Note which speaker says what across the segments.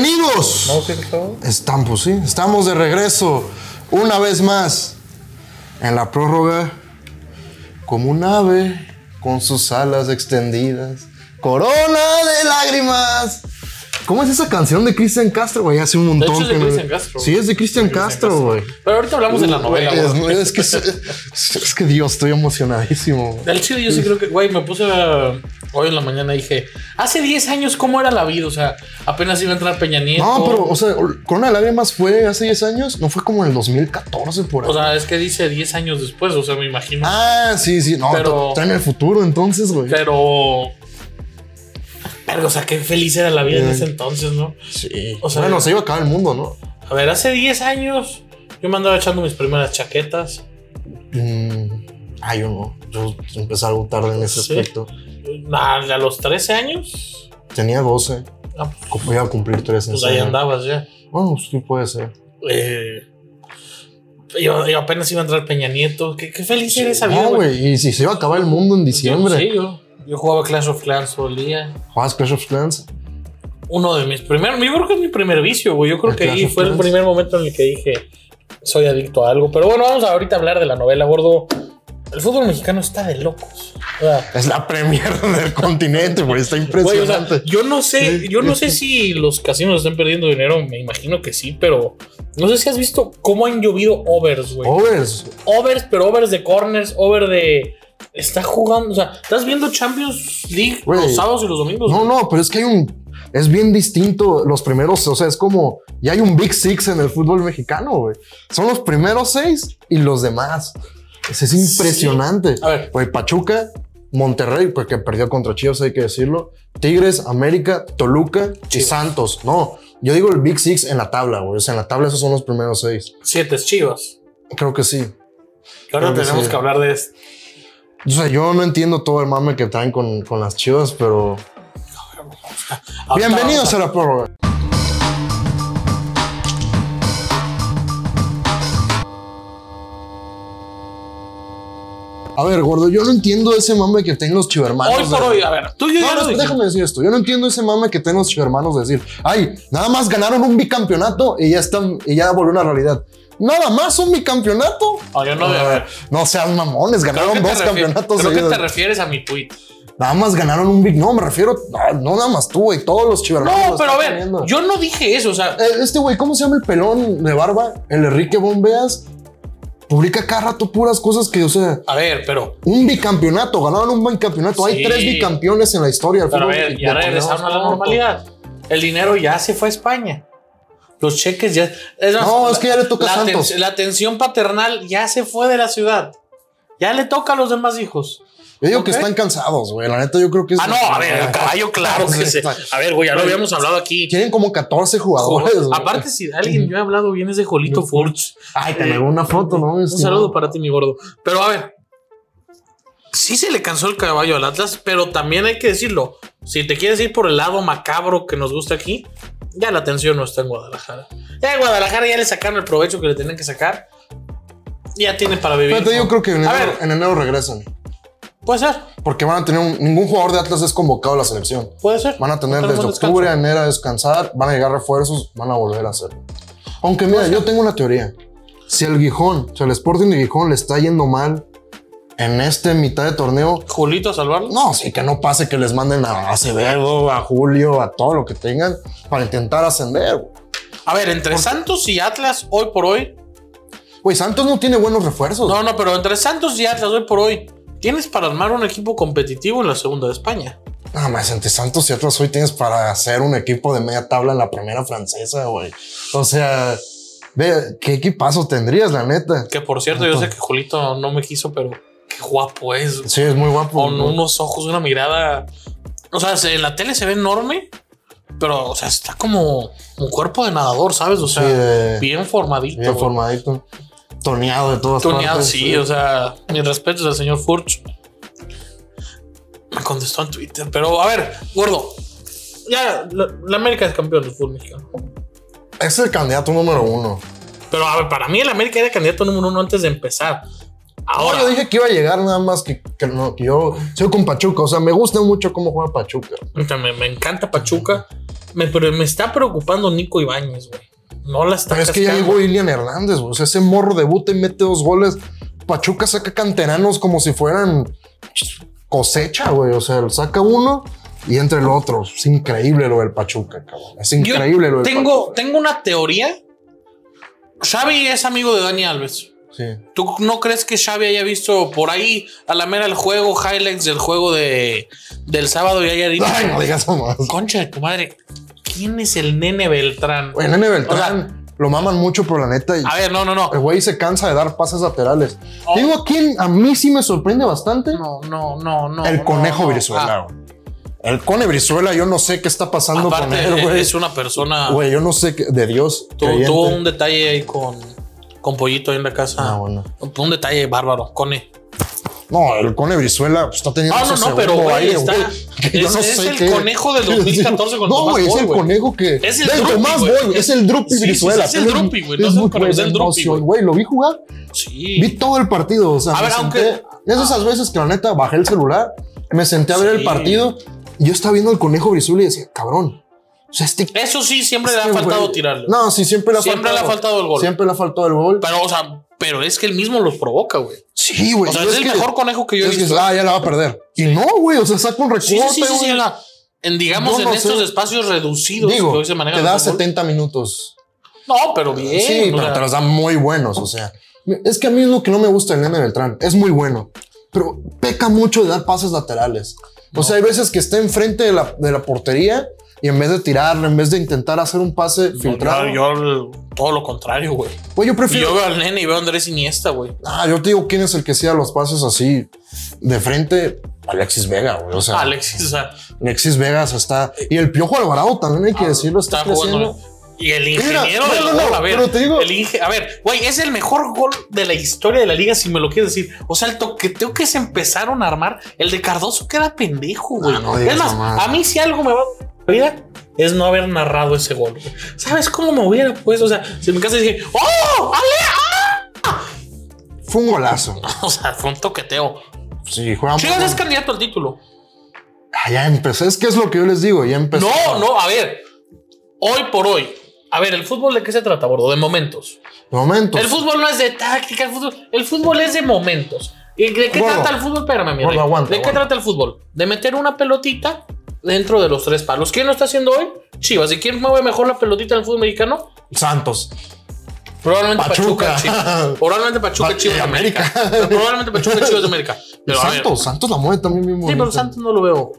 Speaker 1: Bienvenidos.
Speaker 2: ¿No, sí, Gustavo?
Speaker 1: Estamos, sí, estamos de regreso una vez más en la prórroga como un ave con sus alas extendidas, corona de lágrimas. ¿Cómo es esa canción de Cristian Castro, güey? Hace un
Speaker 2: hecho,
Speaker 1: montón
Speaker 2: es de
Speaker 1: que no-
Speaker 2: Cristian Castro,
Speaker 1: Sí, es de Cristian Castro, güey.
Speaker 2: Pero ahorita hablamos de la novela.
Speaker 1: Es,
Speaker 2: güey.
Speaker 1: es que, es, es que Dios, estoy emocionadísimo. güey.
Speaker 2: Del chido yo sí creo que, güey, me puse a- hoy en la mañana y dije, hace 10 años, ¿cómo era la vida? O sea, apenas iba a entrar Peña Nieto.
Speaker 1: No, pero, o sea, Corona de Lágrimas fue hace 10 años, no fue como en el 2014 por ahí.
Speaker 2: O sea, es que dice 10 años después, o sea, me imagino.
Speaker 1: ah, sí, sí, no,
Speaker 2: pero-
Speaker 1: está en el futuro entonces, güey.
Speaker 2: Pero... Pero, o sea, qué feliz era la vida en
Speaker 1: Mm.
Speaker 2: ese entonces, ¿no?
Speaker 1: Sí.
Speaker 2: O sea-
Speaker 1: bueno, se iba a acabar el mundo, ¿no?
Speaker 2: A ver, hace 10 años yo me andaba echando mis primeras chaquetas.
Speaker 1: Mm, ah, yo no. Yo empecé algo tarde en ese
Speaker 2: Sí.
Speaker 1: aspecto.
Speaker 2: A, a los 13 años,
Speaker 1: Tenía 12.
Speaker 2: Ah,
Speaker 1: cu- Voy a cumplir 13
Speaker 2: pues ahí andabas ya.
Speaker 1: Bueno, sí puede ser.
Speaker 2: Eh, yo, yo apenas iba a entrar Peña Nieto. Qué, qué feliz era esa vida,
Speaker 1: No,
Speaker 2: güey.
Speaker 1: güey. Y si se iba a acabar el mundo en diciembre.
Speaker 2: Yo, sí, yo, yo jugaba Clash of Clans todo el día.
Speaker 1: ¿Jugabas Clash of Clans?
Speaker 2: Uno de mis primeros. Yo creo que es mi primer vicio, güey. Yo creo
Speaker 1: ¿El
Speaker 2: que ahí
Speaker 1: Ah, Clash of
Speaker 2: fue el
Speaker 1: Clans?
Speaker 2: primer momento en el que dije soy adicto a algo. Pero bueno, vamos ahorita a hablar de la novela, gordo. El fútbol mexicano está de locos. O sea,
Speaker 1: Es la premier del continente, güey. Está
Speaker 2: güey, o sea,
Speaker 1: impresionante.
Speaker 2: yo no sé, yo no sé si los casinos están perdiendo dinero, me imagino que sí, pero no sé si has visto cómo han llovido overs,
Speaker 1: Oh,
Speaker 2: güey.
Speaker 1: Overs.
Speaker 2: overs, pero overs de corners, over de. Está jugando, o sea, estás viendo Champions League
Speaker 1: Güey.
Speaker 2: los sábados y los domingos.
Speaker 1: No, no, pero es que hay un. Es bien distinto los primeros. O sea, es como. Ya hay un Big Six en el fútbol mexicano, güey. Son los primeros seis y los demás. Es, es impresionante.
Speaker 2: A ver.
Speaker 1: Güey, Pachuca, Monterrey, porque perdió contra Chivas, hay que decirlo. Tigres, América, Toluca y
Speaker 2: Chivas.
Speaker 1: Santos. No, yo digo el Big Six en la tabla, güey. O sea, en la tabla esos son los primeros seis.
Speaker 2: Siete es Chivas.
Speaker 1: Creo que sí.
Speaker 2: Y ahora
Speaker 1: Creo que
Speaker 2: tenemos
Speaker 1: sí.
Speaker 2: que hablar de esto.
Speaker 1: O sea, yo no entiendo todo el mame que traen con, con las Chivas, pero.
Speaker 2: Ahorita
Speaker 1: Bienvenidos
Speaker 2: vamos
Speaker 1: a la prórroga. A ver, gordo, yo no entiendo ese mame que tienen los
Speaker 2: a-
Speaker 1: chivermanos.
Speaker 2: Hoy por
Speaker 1: de-
Speaker 2: hoy, a ver, tú y yo
Speaker 1: No,
Speaker 2: ya
Speaker 1: no,
Speaker 2: lo dijimos.
Speaker 1: déjame decir esto. Yo no entiendo ese mame que tienen los chivermanos de decir, ay, nada más ganaron un bicampeonato y ya están, y ya volvió una realidad. Nada más un bicampeonato.
Speaker 2: No, yo no, a ver.
Speaker 1: no sean mamones,
Speaker 2: Creo que
Speaker 1: ganaron
Speaker 2: te
Speaker 1: dos
Speaker 2: refi-
Speaker 1: campeonatos.
Speaker 2: Creo que
Speaker 1: seguidos.
Speaker 2: te refieres a mi tweet.
Speaker 1: Nada más ganaron un big. No, me refiero. No, no nada más tú, güey. Todos los chivermanos.
Speaker 2: No,
Speaker 1: lo
Speaker 2: pero a
Speaker 1: están
Speaker 2: ver,
Speaker 1: teniendo.
Speaker 2: yo no dije eso, o sea,
Speaker 1: Eh, Este güey, ¿cómo se llama el pelón de barba? El Enrique Bombeas. Publica cada rato puras cosas que, o sea,
Speaker 2: a ver, pero.
Speaker 1: un bicampeonato. Ganaron un bicampeonato. Hay
Speaker 2: Sí.
Speaker 1: tres bicampeones en la historia. del
Speaker 2: Pero a
Speaker 1: fútbol
Speaker 2: ver, ya
Speaker 1: mexicano.
Speaker 2: regresaron a la
Speaker 1: Correcto.
Speaker 2: normalidad. El dinero ya se fue a España. Los cheques ya. es más,
Speaker 1: No,
Speaker 2: la-
Speaker 1: es que ya le toca a
Speaker 2: la aten-
Speaker 1: Santos.
Speaker 2: la atención paternal ya se fue de la ciudad. Ya le toca a los demás hijos.
Speaker 1: Yo digo que
Speaker 2: Ok.
Speaker 1: están cansados, güey. La neta, yo creo que es-
Speaker 2: Ah, no, a ver, el caballo, claro que se. A ver, güey, ya lo habíamos hablado aquí.
Speaker 1: Tienen como 14 jugadores. güey.
Speaker 2: Aparte, si de alguien yo he hablado bien es de Jolito Furch.
Speaker 1: Ay, te negó una foto, ¿no?
Speaker 2: Un saludo para ti, mi gordo. Pero a ver, sí se le cansó el caballo al Atlas, pero también hay que decirlo. Si te quieres ir por el lado macabro que nos gusta aquí, ya la atención no está en Guadalajara. Ya en Guadalajara ya le sacaron el provecho que le tenían que sacar. Ya tiene para vivir.
Speaker 1: Espérate, yo creo que en
Speaker 2: A
Speaker 1: enero,
Speaker 2: ver.
Speaker 1: en enero regresan.
Speaker 2: Puede ser,
Speaker 1: Porque van a tener un- ningún jugador de Atlas es convocado a la selección.
Speaker 2: puede ser.
Speaker 1: Van a tener
Speaker 2: Tenemos
Speaker 1: desde
Speaker 2: un descanso.
Speaker 1: octubre a enero a descansar, van a llegar refuerzos, van a volver a hacerlo. Aunque mira, yo tengo una teoría. Si el Gijón, si el Sporting de Gijón le está yendo mal en este mitad de torneo,
Speaker 2: Julito a salvarlo.
Speaker 1: no, sí que no pase que les manden a Acevedo, a Julio, a todo lo que tengan para intentar ascender. güey.
Speaker 2: A ver, entre Santos y Atlas, hoy por hoy.
Speaker 1: Güey, Santos no tiene buenos refuerzos.
Speaker 2: No, no, pero entre Santos y Atlas, hoy por hoy, tienes para armar un equipo competitivo en la segunda de España.
Speaker 1: Nada más entre Ah, Santos y otros hoy tienes para hacer un equipo de media tabla en la primera francesa, güey. O sea, ve, ¿qué equipazo tendrías, la neta?
Speaker 2: Que por cierto, yo sé que Julito no me quiso, pero qué guapo es.
Speaker 1: Sí, es muy guapo.
Speaker 2: Con
Speaker 1: ¿no?
Speaker 2: unos ojos, una mirada. O sea, se- en la tele se ve enorme, pero, o sea, está como un cuerpo de nadador, ¿sabes? O sea,
Speaker 1: Sí, de-
Speaker 2: bien formadito.
Speaker 1: Bien
Speaker 2: güey.
Speaker 1: formadito. Toneado de todas
Speaker 2: Tuneado,
Speaker 1: partes.
Speaker 2: sí, o sea, mis respetos al señor Furch. Me contestó en Twitter, pero a ver, gordo. Ya, la, la América es campeón del fútbol mexicano.
Speaker 1: Es el candidato número uno.
Speaker 2: Pero a ver, para mí el América era candidato número uno antes de empezar. Ahora,
Speaker 1: No, yo dije que iba a llegar nada más que, que no, que yo soy con Pachuca. O sea, me gusta mucho cómo juega Pachuca.
Speaker 2: Puta, Me, me encanta Pachuca. Me, pero me está preocupando Nico Ibáñez, güey. No la está
Speaker 1: Pero es que ya
Speaker 2: cascando.
Speaker 1: llegó Ilian Hernández, güey. O sea, ese morro debuta y mete dos goles. Pachuca saca canteranos como si fueran cosecha, güey. O sea, saca uno y entra el otro. Es increíble lo del Pachuca, cabrón. Es
Speaker 2: Yo
Speaker 1: increíble lo del
Speaker 2: tengo,
Speaker 1: Pachuca.
Speaker 2: tengo una teoría. Xavi es amigo de Dani Alves.
Speaker 1: Sí.
Speaker 2: ¿Tú no crees que Xavi haya visto por ahí a la mera el juego, highlights del juego de, del sábado y haya dicho,
Speaker 1: Ay, no digas nomás.
Speaker 2: concha de tu madre, ¿quién es el nene Beltrán?
Speaker 1: Güey, Nene Beltrán
Speaker 2: O
Speaker 1: lo maman mucho, pero la neta. y-
Speaker 2: A ver, no, no, no.
Speaker 1: El güey se cansa de dar pases laterales.
Speaker 2: Oh.
Speaker 1: Digo, a quien a mí sí me sorprende bastante.
Speaker 2: No, no, no, no.
Speaker 1: el
Speaker 2: no,
Speaker 1: conejo
Speaker 2: no.
Speaker 1: Brizuela,
Speaker 2: Ah,
Speaker 1: güey. El cone Brizuela, yo no sé qué está pasando con
Speaker 2: aparte,
Speaker 1: él, güey.
Speaker 2: es una persona.
Speaker 1: Güey, yo no sé qué. De Dios.
Speaker 2: tuvo,
Speaker 1: creyente.
Speaker 2: tuvo un detalle ahí con, con Pollito ahí en la casa.
Speaker 1: Ah, bueno.
Speaker 2: Un detalle bárbaro, Cone.
Speaker 1: No, el Cone Brizuela pues, está teniendo.
Speaker 2: Ah, no,
Speaker 1: su
Speaker 2: no, pero
Speaker 1: segundo
Speaker 2: güey,
Speaker 1: aire,
Speaker 2: está-
Speaker 1: que yo
Speaker 2: es- es el
Speaker 1: qué-
Speaker 2: conejo del 2014 con
Speaker 1: No,
Speaker 2: Tomás
Speaker 1: güey, es
Speaker 2: Boy,
Speaker 1: el
Speaker 2: güey.
Speaker 1: conejo que.
Speaker 2: Es el
Speaker 1: del
Speaker 2: Drupi,
Speaker 1: Tomás
Speaker 2: güey.
Speaker 1: Boy, es el Drupi
Speaker 2: Sí, sí,
Speaker 1: Brizuela.
Speaker 2: sí, es el
Speaker 1: pero
Speaker 2: Drupi, güey, no
Speaker 1: es
Speaker 2: es el
Speaker 1: muy
Speaker 2: conejo, es
Speaker 1: buena
Speaker 2: el Drupi,
Speaker 1: emoción,
Speaker 2: güey.
Speaker 1: Güey, lo vi jugar.
Speaker 2: Sí.
Speaker 1: Vi todo el partido. O sea, me
Speaker 2: A ver, aunque- Ah.
Speaker 1: senté- Es de esas veces que la neta bajé el celular, me senté a ver el
Speaker 2: Sí.
Speaker 1: partido. y Yo estaba viendo al conejo Brizuela y decía, cabrón. O sea, este.
Speaker 2: Eso sí, siempre le
Speaker 1: este
Speaker 2: ha faltado
Speaker 1: güey-
Speaker 2: tirarlo.
Speaker 1: No, sí, siempre le ha
Speaker 2: Siempre le ha faltado el gol.
Speaker 1: Siempre le ha faltado el gol.
Speaker 2: Pero, o sea, pero es que él mismo los provoca, güey.
Speaker 1: Sí, güey.
Speaker 2: O sea,
Speaker 1: y
Speaker 2: es, el
Speaker 1: que-
Speaker 2: mejor conejo que yo he
Speaker 1: es que,
Speaker 2: visto.
Speaker 1: ah, ya la va a perder. Y no, güey. O sea, saca un recorte,
Speaker 2: Sí, sí, sí, sí, sí,
Speaker 1: güey.
Speaker 2: en la- en, digamos,
Speaker 1: Yo
Speaker 2: en
Speaker 1: no
Speaker 2: estos
Speaker 1: sé.
Speaker 2: espacios reducidos que
Speaker 1: Digo,
Speaker 2: hoy se manejan
Speaker 1: te
Speaker 2: en
Speaker 1: da
Speaker 2: el fútbol.
Speaker 1: 70 minutos.
Speaker 2: No, pero bien.
Speaker 1: sí,
Speaker 2: o
Speaker 1: pero
Speaker 2: sea,
Speaker 1: te los dan muy buenos, o sea. Es que a mí es lo que no me gusta del Nene Beltrán. Es muy bueno, pero peca mucho de dar pases laterales. O sea, hay veces que está enfrente de la, de la portería y en vez de tirar, en vez de intentar hacer un pase filtrado,
Speaker 2: Yo, yo todo lo contrario, güey.
Speaker 1: pues yo prefiero.
Speaker 2: Yo veo al nene y veo a Andrés Iniesta, güey.
Speaker 1: Ah, yo te digo quién es el que hacía los pases así de frente. Alexis Vega, güey. O sea,
Speaker 2: Alexis, o sea,
Speaker 1: Alexis Vega se está. Y el Piojo Alvarado también hay que decirlo, está,
Speaker 2: Ah, está
Speaker 1: creciendo.
Speaker 2: jugando. Y el ingeniero
Speaker 1: no,
Speaker 2: del
Speaker 1: no, no,
Speaker 2: gol, a ver.
Speaker 1: pero te digo-
Speaker 2: el inge- a ver, güey, es el mejor gol de la historia de la liga, si me lo quieres decir. O sea, el toqueteo que se empezaron a armar, el de Cardoso queda pendejo, güey.
Speaker 1: Ah, no digas
Speaker 2: es más,
Speaker 1: mamadas.
Speaker 2: a mí si algo me va a la vida es no haber narrado ese gol. güey. ¿Sabes cómo me hubiera puesto? O sea, si en mi casa dije, ¡Oh! ¡Ale!
Speaker 1: Fue un golazo.
Speaker 2: ¡Ah! O sea, fue un toqueteo.
Speaker 1: Sí, juega muy
Speaker 2: Chivas
Speaker 1: bien.
Speaker 2: es candidato al título.
Speaker 1: Ah, ya empecé. Es que es lo que yo les digo. Ya empecé.
Speaker 2: No, no, a ver. Hoy por hoy. A ver, ¿el fútbol de qué se trata, gordo? De momentos.
Speaker 1: De momento.
Speaker 2: El fútbol no es de táctica, el fútbol, el fútbol es de momentos. ¿Y de qué
Speaker 1: Gordo.
Speaker 2: trata el fútbol? Espérame, mi
Speaker 1: Gordo,
Speaker 2: rey.
Speaker 1: aguanta,
Speaker 2: ¿De qué
Speaker 1: aguanta.
Speaker 2: trata el fútbol? De meter una pelotita dentro de los tres palos. ¿Quién lo está haciendo hoy? Chivas. ¿Y quién mueve mejor la pelotita en el fútbol mexicano?
Speaker 1: Santos.
Speaker 2: Probablemente Pachuca.
Speaker 1: Pachuca.
Speaker 2: Chivas. Probablemente Pachuca,
Speaker 1: Pa-
Speaker 2: Chivas de
Speaker 1: de
Speaker 2: América.
Speaker 1: América.
Speaker 2: Probablemente Pachuca, Chivas de América. Pero a ver.
Speaker 1: Santos. Santos la mueve también bien
Speaker 2: Sí, pero
Speaker 1: bonito.
Speaker 2: Santos no lo veo.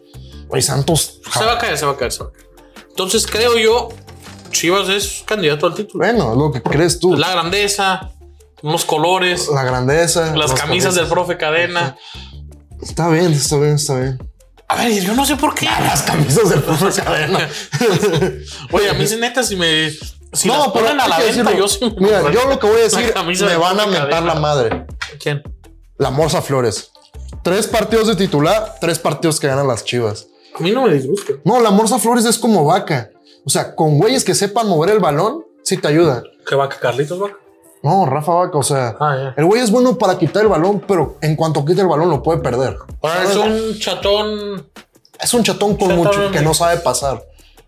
Speaker 1: Güey, Santos.
Speaker 2: Se va a caer, se va a caer, se va a caer. Entonces creo yo, Chivas es candidato al título.
Speaker 1: Bueno, lo que crees tú. La,
Speaker 2: La grandeza, unos colores,
Speaker 1: grandeza.
Speaker 2: las
Speaker 1: los
Speaker 2: camisas del
Speaker 1: colores.
Speaker 2: profe Cadena.
Speaker 1: Está bien, está bien, está bien.
Speaker 2: A ver, yo no sé por qué.
Speaker 1: Las camisas del profe Cadena.
Speaker 2: Oye, a mí sí, neta, si me. Si las
Speaker 1: pero
Speaker 2: ponen a
Speaker 1: hay
Speaker 2: la
Speaker 1: que
Speaker 2: venta,
Speaker 1: decirlo.
Speaker 2: yo sí me
Speaker 1: Mira,
Speaker 2: compraría
Speaker 1: yo lo que voy a
Speaker 2: la
Speaker 1: decir,
Speaker 2: camisa
Speaker 1: me
Speaker 2: del
Speaker 1: van a
Speaker 2: profe
Speaker 1: mentar
Speaker 2: Cadena.
Speaker 1: la madre.
Speaker 2: ¿Quién?
Speaker 1: La Morsa Flores. Tres partidos de titular, tres partidos que ganan las chivas.
Speaker 2: A mí no me disgusta.
Speaker 1: No, la Morsa Flores es como vaca. O sea, con güeyes que sepan mover el balón, sí te ayuda.
Speaker 2: ¿Qué vaca, Carlitos Vaca?
Speaker 1: No, Rafa Vaca, o sea,
Speaker 2: Ah, ya.
Speaker 1: el güey es bueno para quitar el balón, pero en cuanto quita el balón lo puede perder.
Speaker 2: Ahora es un chatón.
Speaker 1: Es un chatón con
Speaker 2: Chatón.
Speaker 1: mucho que no sabe pasar.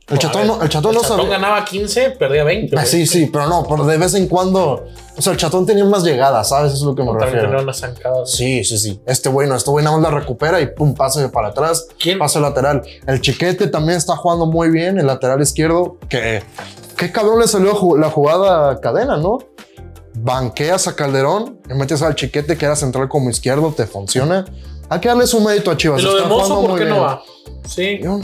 Speaker 1: El chatón, no, el chatón
Speaker 2: El
Speaker 1: no
Speaker 2: chatón
Speaker 1: sabe.
Speaker 2: ganaba 15, perdía 20.
Speaker 1: Ah, sí, sí, pero no, pero de vez en cuando. O sea, el chatón tenía más llegadas, ¿sabes? Eso es lo que me
Speaker 2: También tenía
Speaker 1: refiero.
Speaker 2: unas zancadas.
Speaker 1: Sí, sí, sí. Este güey no, este güey nada más la recupera y pum, pase para atrás,
Speaker 2: ¿Quién?
Speaker 1: pase lateral. El chiquete también está jugando muy bien, el lateral izquierdo, que. Qué cabrón le salió ju- la jugada a cadena, ¿no? Banqueas a Calderón, le metes al chiquete que era central como izquierdo, te funciona. Hay que darle su mérito a Chivas.
Speaker 2: ¿Y lo de
Speaker 1: Pues está
Speaker 2: Mozo
Speaker 1: jugando
Speaker 2: por
Speaker 1: muy
Speaker 2: qué no
Speaker 1: bien.
Speaker 2: va? Sí.
Speaker 1: Yo-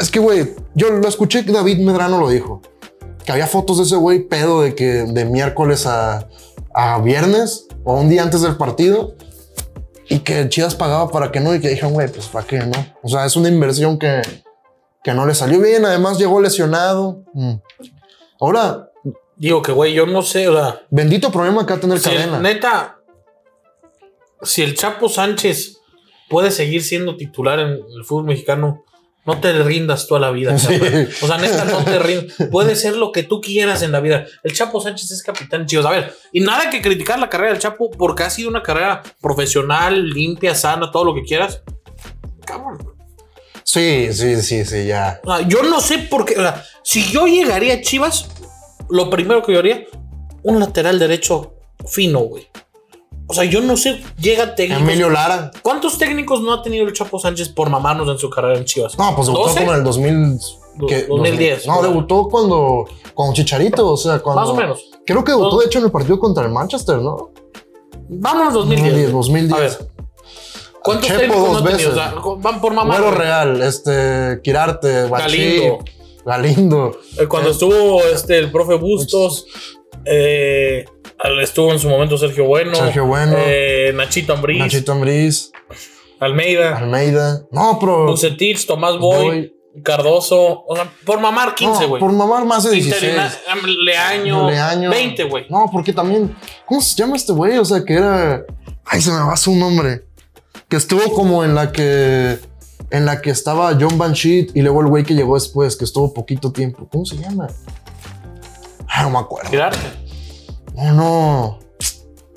Speaker 1: es que, güey, yo lo escuché que David Medrano lo dijo. Que había fotos de ese güey pedo de que de miércoles a, a viernes o un día antes del partido y que Chivas pagaba para que no y que dijeron, güey, pues para qué no. O sea, es una inversión que, que no le salió bien. Además, llegó lesionado. Mm. Ahora,
Speaker 2: Digo que, güey, yo no sé, o sea.
Speaker 1: bendito problema que va a tener
Speaker 2: Si el-
Speaker 1: cadena.
Speaker 2: neta, si el Chapo Sánchez puede seguir siendo titular en el fútbol mexicano, no te rindas tú a la vida.
Speaker 1: Sí.
Speaker 2: carnal. O sea, neta, no te rindas. Puede ser lo que tú quieras en la vida. El Chapo Sánchez es capitán, chicos. A ver, y nada que criticar la carrera del Chapo porque ha sido una carrera profesional, limpia, sana, todo lo que quieras. Cabrón.
Speaker 1: Sí, sí, sí, sí, ya.
Speaker 2: O sea, yo no sé por qué. o sea, si yo llegaría a Chivas, lo primero que yo haría, un lateral derecho fino, güey. O sea, yo no sé, llega técnico.
Speaker 1: Emilio Lara.
Speaker 2: ¿Cuántos técnicos no ha tenido el Chapo Sánchez por mamarnos en su carrera en Chivas?
Speaker 1: No, pues debutó
Speaker 2: ¿Doce?
Speaker 1: como en el 2000, que-
Speaker 2: 2010.
Speaker 1: No, debutó cuando con Chicharito, o sea, cuando
Speaker 2: Más o menos.
Speaker 1: Creo que debutó de hecho en el partido contra el Manchester, ¿no?
Speaker 2: Vámonos 2010.
Speaker 1: 2010.
Speaker 2: A ver, ¿cuántos
Speaker 1: Chepo
Speaker 2: técnicos no
Speaker 1: dos
Speaker 2: ha tenido? O sea,
Speaker 1: veces.
Speaker 2: van por mamar.
Speaker 1: Güero
Speaker 2: güey.
Speaker 1: Real, este Quirarte, Bachí,
Speaker 2: Galindo.
Speaker 1: Galindo.
Speaker 2: Eh, Cuando estuvo este, el profe Bustos, eh, al- estuvo en su momento Sergio Bueno,
Speaker 1: Sergio Bueno.
Speaker 2: eh, Nachito Ambriz,
Speaker 1: Nachito Ambriz,
Speaker 2: Almeida,
Speaker 1: Almeida. No, pero
Speaker 2: Bucetich, Tomás Boy, Cardoso, o sea, por mamar 15,
Speaker 1: no,
Speaker 2: güey.
Speaker 1: por mamar más de 16.
Speaker 2: Interina- am- Leaño,
Speaker 1: Leaño.
Speaker 2: 20, güey.
Speaker 1: No, porque también. ¿Cómo se llama este güey? O sea, que era. Ay, se me va su nombre. Que estuvo como en la que. En la que estaba John Banshee y luego el güey que llegó después, que estuvo poquito tiempo. ¿Cómo se llama? Ay, no me acuerdo.
Speaker 2: Quedarte.
Speaker 1: No, no.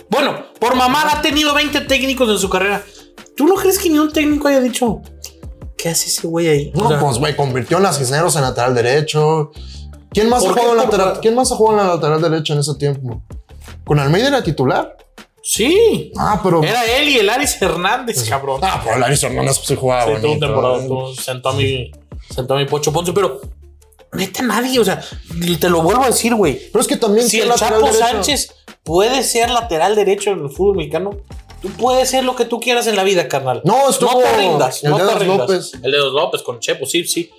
Speaker 2: Bueno, por mamar ha tenido 20 técnicos en su carrera. ¿Tú no crees que ni un técnico haya dicho qué hace ese güey ahí?
Speaker 1: No,
Speaker 2: O sea,
Speaker 1: pues güey, convirtió en las cisneros en lateral derecho. ¿Quién más, ha
Speaker 2: ¿Por qué?
Speaker 1: jugado en
Speaker 2: Por-
Speaker 1: lateral, ¿Quién más ha jugado en la lateral derecho en ese tiempo? ¿Con Almeida era titular?
Speaker 2: sí.
Speaker 1: Ah, pero.
Speaker 2: Era él y el Aris Hernández, cabrón.
Speaker 1: Ah, pero Larissa Hernández sí jugaba.
Speaker 2: Sí, tuvo un
Speaker 1: bonito,
Speaker 2: temporada,
Speaker 1: eh.
Speaker 2: tuvo- sentó a mi, sentó a mi Pocho Ponce, pero neta nadie, o sea, te lo vuelvo a decir, güey.
Speaker 1: Pero es que también
Speaker 2: Si
Speaker 1: ¿qué
Speaker 2: el
Speaker 1: lateral
Speaker 2: Chapo
Speaker 1: derecho?
Speaker 2: Sánchez puede ser lateral derecho en el fútbol mexicano, tú puedes ser lo que tú quieras en la vida, carnal.
Speaker 1: No, estuvo
Speaker 2: te rindas,
Speaker 1: el
Speaker 2: no te
Speaker 1: Dedos
Speaker 2: rindas.
Speaker 1: López.
Speaker 2: El Dedos López con Chepo, sí, sí.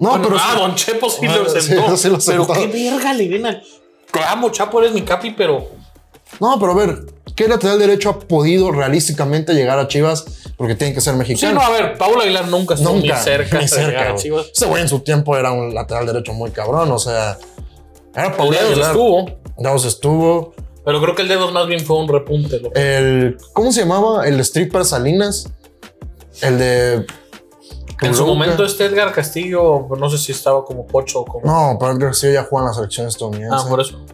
Speaker 1: No,
Speaker 2: Bueno,
Speaker 1: pero
Speaker 2: ah,
Speaker 1: sí.
Speaker 2: don Chepo sí
Speaker 1: Bueno,
Speaker 2: lo
Speaker 1: sí,
Speaker 2: sentó.
Speaker 1: sí lo
Speaker 2: pero
Speaker 1: sentó.
Speaker 2: qué verga le ven al. Te amo, Chapo, eres mi capi, pero
Speaker 1: no, pero a ver, ¿qué lateral derecho ha podido realísticamente llegar a Chivas? Porque tiene que ser
Speaker 2: Sí,
Speaker 1: mexicano.
Speaker 2: no, a ver, Paula Aguilar nunca estuvo
Speaker 1: Nunca,
Speaker 2: ni cerca
Speaker 1: ni
Speaker 2: de llegar
Speaker 1: cerca.
Speaker 2: a
Speaker 1: güey.
Speaker 2: Chivas.
Speaker 1: Ese güey en su tiempo era un lateral derecho muy cabrón, o sea, era
Speaker 2: El
Speaker 1: Paulino
Speaker 2: Dedos
Speaker 1: Aguilar.
Speaker 2: estuvo,
Speaker 1: Dedos estuvo.
Speaker 2: pero creo que el Dedos más bien fue un repunte, loco.
Speaker 1: El ¿cómo se llamaba? El stripper Salinas. El de
Speaker 2: En
Speaker 1: Toluca.
Speaker 2: su momento este Edgar Castillo, no sé si estaba como pocho o como...
Speaker 1: No, pero García ya juega en la selección
Speaker 2: ah,
Speaker 1: estadounidense.
Speaker 2: por eso.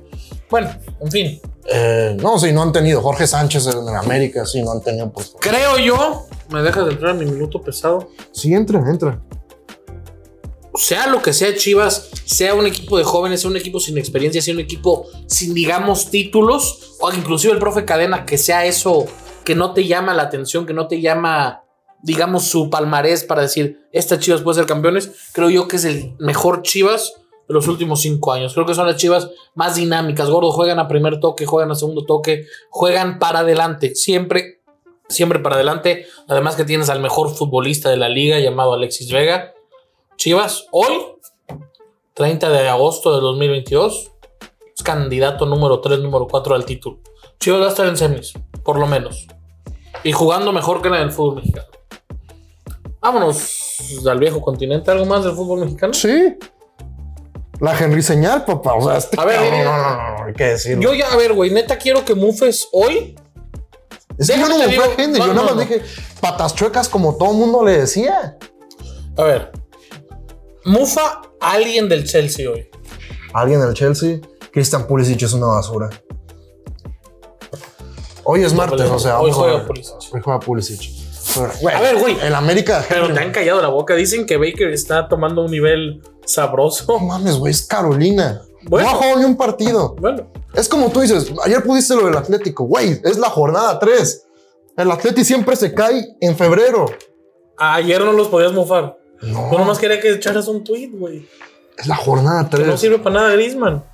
Speaker 2: Bueno, en fin.
Speaker 1: Eh, no, sí, no han tenido. Jorge Sánchez en el América, sí, no han tenido. Pues,
Speaker 2: Creo yo, me dejas de entrar a mi minuto pesado.
Speaker 1: sí, entra, entra.
Speaker 2: Sea lo que sea Chivas, sea un equipo de jóvenes, sea un equipo sin experiencia, sea un equipo sin, digamos, títulos, o inclusive el profe Cadena, que sea eso que no te llama la atención, que no te llama, digamos, su palmarés para decir, estas Chivas puede ser campeones, creo yo que es el mejor Chivas de los últimos cinco años. Creo que son las Chivas más dinámicas. Gordo, juegan a primer toque, juegan a segundo toque, juegan para adelante, siempre, siempre para adelante. Además que tienes al mejor futbolista de la liga llamado Alexis Vega. Chivas, hoy, 30 de agosto de 2022, es candidato número 3, número 4 al título. Chivas va a estar en semis, por lo menos. Y jugando mejor que en el fútbol mexicano. Vámonos al viejo continente. ¿Algo más del fútbol mexicano?
Speaker 1: Sí. La Henry Señal, papá. O sea, este
Speaker 2: A ver,
Speaker 1: cabrón,
Speaker 2: mira.
Speaker 1: no, no, no, hay que decirlo.
Speaker 2: Yo ya, a ver, güey, neta quiero que mufes hoy.
Speaker 1: es que yo no
Speaker 2: déjate
Speaker 1: me
Speaker 2: digo-
Speaker 1: fue gente,
Speaker 2: no,
Speaker 1: yo
Speaker 2: no,
Speaker 1: nada más
Speaker 2: no.
Speaker 1: dije patas chuecas como todo mundo le decía.
Speaker 2: A ver. Mufa a alguien del Chelsea hoy.
Speaker 1: Alguien del Chelsea, Christian Pulisic es una basura. Hoy es martes, o sea,
Speaker 2: Hoy
Speaker 1: vamos a
Speaker 2: juega
Speaker 1: ver.
Speaker 2: Pulisic.
Speaker 1: Hoy juega Pulisic. Pero, güey,
Speaker 2: A ver, güey.
Speaker 1: El América.
Speaker 2: Pero te han callado la boca. Dicen que Baker está tomando un nivel
Speaker 1: No
Speaker 2: sabroso.
Speaker 1: mames, güey, es Carolina.
Speaker 2: Bueno.
Speaker 1: No ha jugado ni un partido.
Speaker 2: Bueno,
Speaker 1: Es como tú dices, ayer pudiste lo del Atlético, güey, es la jornada 3. El Atlético siempre se cae en febrero.
Speaker 2: ayer no los podías mufar.
Speaker 1: No,
Speaker 2: Yo nomás quería que echaras un tweet, güey.
Speaker 1: es la jornada
Speaker 2: Que no
Speaker 1: 3.
Speaker 2: sirve para nada Grisman.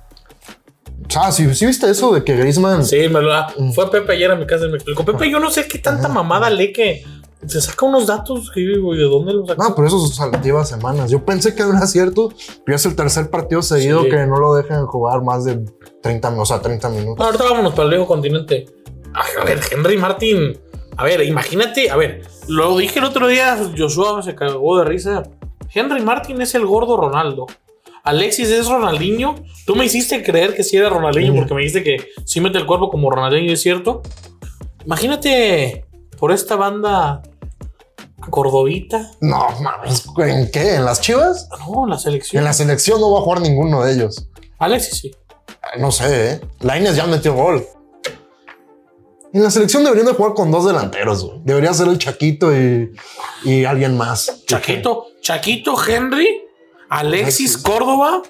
Speaker 1: Ah, ¿sí, sí viste eso de que Griezmann...
Speaker 2: Sí, me lo da. Fue Pepe ayer a mi casa y me explicó. Pepe, yo no sé qué tanta mamada lee que se saca unos datos, güey. ¿De dónde los saca?
Speaker 1: No, pero eso o sea, lleva semanas. Yo pensé que era un acierto, pero es el tercer partido seguido
Speaker 2: Sí.
Speaker 1: que no lo dejan jugar más de 30, o sea, 30 minutos.
Speaker 2: Ahorita vámonos para el viejo continente. Ay, A ver, Henry Martin. A ver, imagínate. A ver, lo dije el otro día. Joshua se cagó de risa. Henry Martin es el gordo Ronaldo. Alexis es Ronaldinho. Tú me hiciste creer que sí era Ronaldinho
Speaker 1: Ujú.
Speaker 2: porque me dijiste que sí mete el cuerpo como Ronaldinho, es cierto. Imagínate por esta banda cordobita.
Speaker 1: No, mames, ¿en qué? ¿En las chivas?
Speaker 2: No, la selección.
Speaker 1: En la selección no va a jugar ninguno de ellos.
Speaker 2: Alexis sí.
Speaker 1: No sé, ¿eh? Lainez ya metió gol. En la selección deberían de jugar con dos delanteros, güey. Debería ser el Chaquito y, y alguien más.
Speaker 2: Chaquito, Chaquito, Henry, Alexis
Speaker 1: Alexis.
Speaker 2: Córdoba,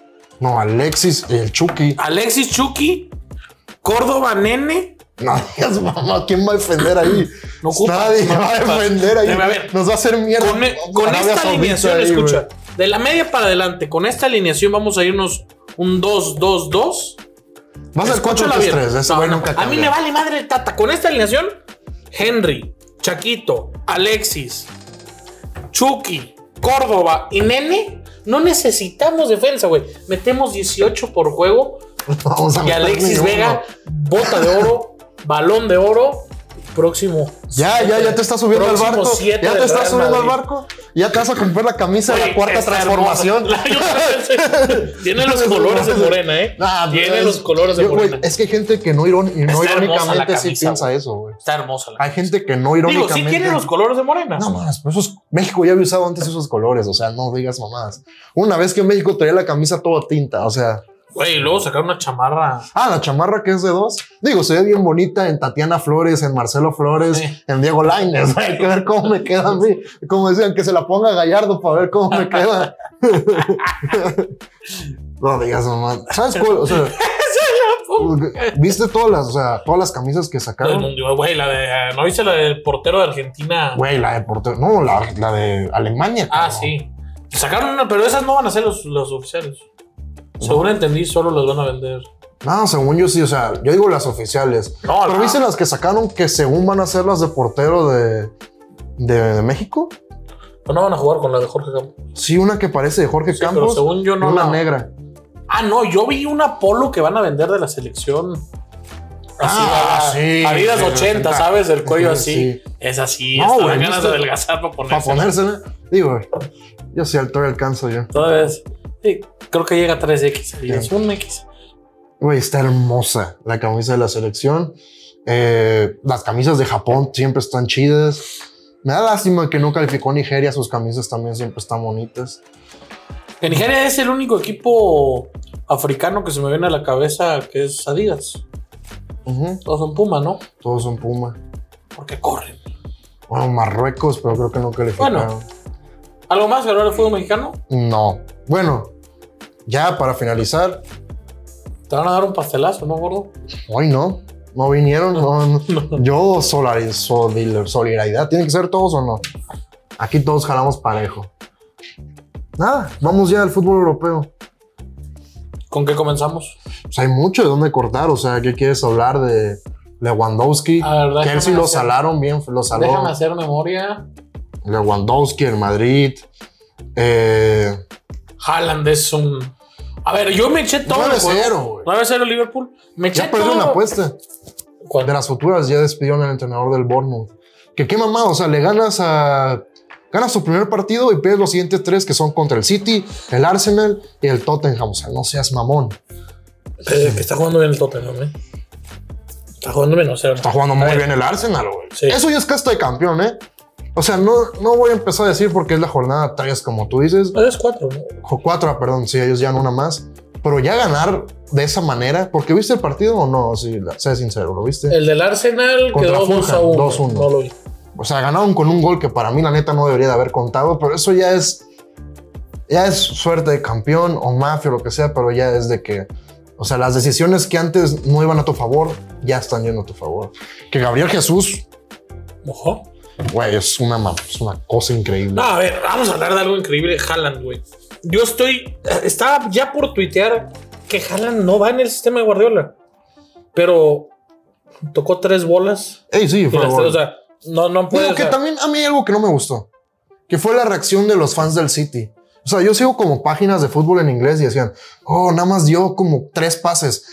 Speaker 1: No, Alexis, el Chucky.
Speaker 2: Alexis Chucky, Córdoba Nene.
Speaker 1: No digas, mamá, ¿quién va a defender ahí?
Speaker 2: No ocupa,
Speaker 1: Nadie
Speaker 2: no
Speaker 1: va a
Speaker 2: ocupa.
Speaker 1: defender ahí.
Speaker 2: Debe haber.
Speaker 1: Nos va a hacer mierda.
Speaker 2: Con, e- con
Speaker 1: Arabia
Speaker 2: esta
Speaker 1: Saudita
Speaker 2: alineación,
Speaker 1: ahí, güey.
Speaker 2: escucha, de la media para adelante, con esta alineación vamos a irnos un 2-2-2.
Speaker 1: Va a ser
Speaker 2: Escúchala
Speaker 1: 4-3-3.
Speaker 2: bien.
Speaker 1: Ese
Speaker 2: No,
Speaker 1: güey
Speaker 2: no,
Speaker 1: nunca
Speaker 2: A mí
Speaker 1: cambia.
Speaker 2: me vale madre el Tata. Con esta alineación, Henry, Chaquito, Alexis, Chucky, Córdoba y Nene, no necesitamos defensa, güey. Metemos 18 por juego
Speaker 1: Vamos a
Speaker 2: y
Speaker 1: meter
Speaker 2: Alexis
Speaker 1: ninguno.
Speaker 2: Vega, bota de oro, balón de oro, próximo.
Speaker 1: Ya, ya, ya te estás subiendo al
Speaker 2: próximo
Speaker 1: barco. Ya
Speaker 2: siete
Speaker 1: te
Speaker 2: del
Speaker 1: estás
Speaker 2: Real
Speaker 1: subiendo al
Speaker 2: Madrid.
Speaker 1: barco. Ya te vas a comprar la camisa de
Speaker 2: Güey,
Speaker 1: la cuarta
Speaker 2: está
Speaker 1: transformación. pues,
Speaker 2: hermosa. Yo también sé. Tiene los colores de morena, ¿eh?
Speaker 1: Nah,
Speaker 2: Tiene
Speaker 1: es-
Speaker 2: los colores de
Speaker 1: yo, güey,
Speaker 2: morena.
Speaker 1: es que hay gente que no, irón- y no
Speaker 2: Está hermosa la
Speaker 1: irónicamente sí
Speaker 2: camisa,
Speaker 1: piensa
Speaker 2: güey.
Speaker 1: eso, güey.
Speaker 2: Está hermosa la
Speaker 1: Hay gente que no
Speaker 2: Digo, sí
Speaker 1: irónicamente.
Speaker 2: tiene los colores de morena.
Speaker 1: No más, pero esos- México ya había usado antes esos colores, o sea, no digas mamás. Una vez que México traía la camisa toda tinta, o sea,
Speaker 2: Güey, y luego sacar una chamarra.
Speaker 1: ah, la chamarra que es de dos, digo, se ve bien bonita en Tatiana Flores, en Marcelo Flores,
Speaker 2: Sí.
Speaker 1: en Diego Lainez, hay que ver cómo me queda a mí, como decían, que se la ponga Gallardo para ver cómo me queda. no digas mamás, ¿sabes cuál? O sea, viste todas las, o sea, todas las camisas que
Speaker 2: Todo el
Speaker 1: sacaron.
Speaker 2: mundo, Güey, la de. eh, ¿No viste la del portero de Argentina?
Speaker 1: Güey, la de Porto, no, la, la de Alemania.
Speaker 2: ah,
Speaker 1: cabrón.
Speaker 2: sí. Sacaron una, pero esas no van a ser los, los oficiales. Según entendí, solo los van a vender.
Speaker 1: No, según yo sí, o sea, yo digo las oficiales.
Speaker 2: No,
Speaker 1: Pero
Speaker 2: la-
Speaker 1: viste las que sacaron que según van a ser las de portero de, de, de México.
Speaker 2: Pero Pues no van a jugar con la de Jorge Campos.
Speaker 1: Sí, una que parece de Jorge
Speaker 2: Sí, pero
Speaker 1: Campos.
Speaker 2: según yo
Speaker 1: y
Speaker 2: no.
Speaker 1: una
Speaker 2: la-
Speaker 1: negra.
Speaker 2: Ah, no, yo vi una polo que van a vender de la selección.
Speaker 1: Ah,
Speaker 2: a-
Speaker 1: sí,
Speaker 2: Adidas
Speaker 1: de
Speaker 2: 80,
Speaker 1: 80.
Speaker 2: ¿sabes? Del cuello así.
Speaker 1: Sí.
Speaker 2: Es así.
Speaker 1: No,
Speaker 2: hasta
Speaker 1: güey,
Speaker 2: dan ganas de
Speaker 1: ¿viste?
Speaker 2: adelgazar para
Speaker 1: Para
Speaker 2: ponerse.
Speaker 1: ponérsela. Digo, yo sí al todavía alcanzo yo.
Speaker 2: Todavía es- sí, creo que llega a 3X. Adidas,
Speaker 1: Sí.
Speaker 2: un X.
Speaker 1: Güey, está hermosa la camisa de la selección. Eh, las camisas de Japón siempre están chidas. Me da lástima que no calificó Nigeria. Sus camisas también siempre están bonitas.
Speaker 2: Que Nigeria es el único equipo africano que se me viene a la cabeza que es Adidas.
Speaker 1: Ujú,
Speaker 2: Todos son Puma, ¿no?
Speaker 1: Todos son Puma.
Speaker 2: Porque corren.
Speaker 1: Bueno, Marruecos, pero creo que no calificaron.
Speaker 2: Bueno. ¿Algo más que hablar del fútbol mexicano?
Speaker 1: No. Bueno, ya para finalizar,
Speaker 2: Te van a dar un pastelazo, ¿no, gordo?
Speaker 1: hoy no. No vinieron. no, no. Yo solari- solidar- solidaridad. ¿Tienen que ser todos o no? Aquí todos jalamos parejo. Nada, vamos ya al fútbol europeo.
Speaker 2: ¿Con qué comenzamos?
Speaker 1: Pues hay mucho de dónde cortar. O sea, ¿qué quieres hablar de Lewandowski?
Speaker 2: A ver, Ah, déjame
Speaker 1: Chelsea lo
Speaker 2: hacer-
Speaker 1: salaron bien, lo saló.
Speaker 2: Déjame hacer memoria.
Speaker 1: Lewandowski, el Madrid. Eh,
Speaker 2: Haaland es un... A ver, yo me eché todo el juego.
Speaker 1: 9-0, güey.
Speaker 2: 9-0 Liverpool. Me eché
Speaker 1: Ya perdió
Speaker 2: todo.
Speaker 1: una apuesta.
Speaker 2: ¿Cuál?
Speaker 1: de las futuras ya despidieron al entrenador del Bournemouth. Que qué mamá, o sea, le ganas a. Ganas tu primer partido y pierdes los siguientes tres que son contra el City, el Arsenal y el Tottenham. O sea, no seas mamón.
Speaker 2: Eh, que está jugando bien el Tottenham, ¿eh? Está jugando bien, o sea...
Speaker 1: Está jugando muy
Speaker 2: Eh,
Speaker 1: bien el Arsenal, güey.
Speaker 2: Sí.
Speaker 1: Eso ya es casta de campeón, ¿eh? O sea, no, no voy a empezar a decir porque es la jornada 3, como tú dices.
Speaker 2: Es 4, ¿no?
Speaker 1: O 4, perdón, sí, ellos ya no una más. Pero ya ganar de esa manera, porque viste el partido o no, sí, la- sé sincero, ¿lo viste?
Speaker 2: El del Arsenal
Speaker 1: Contra
Speaker 2: quedó 2 a
Speaker 1: Fulham,
Speaker 2: 1.
Speaker 1: 2-1.
Speaker 2: No lo vi.
Speaker 1: O sea, ganaron con un gol que para mí la neta no debería de haber contado, pero eso ya es ya es suerte de campeón o mafia o lo que sea, pero ya es de que o sea, las decisiones que antes no iban a tu favor, ya están yendo a tu favor. Que Gabriel Jesús,
Speaker 2: Ojo.
Speaker 1: güey, es una, ma- es una cosa increíble.
Speaker 2: No, a ver, vamos a hablar de algo increíble de Haaland, güey. Yo estoy. Estaba ya por tuitear que Haaland no va en el sistema de Guardiola. Pero tocó tres bolas.
Speaker 1: Ey, sí,
Speaker 2: Y
Speaker 1: fue
Speaker 2: las
Speaker 1: gol.
Speaker 2: tres, o sea, no, no puede.
Speaker 1: Digo
Speaker 2: o
Speaker 1: que
Speaker 2: sea,
Speaker 1: también a mí algo que no me gustó, que fue la reacción de los fans del City. O sea, yo sigo como páginas de fútbol en inglés y decían, oh, nada más dio como tres pases.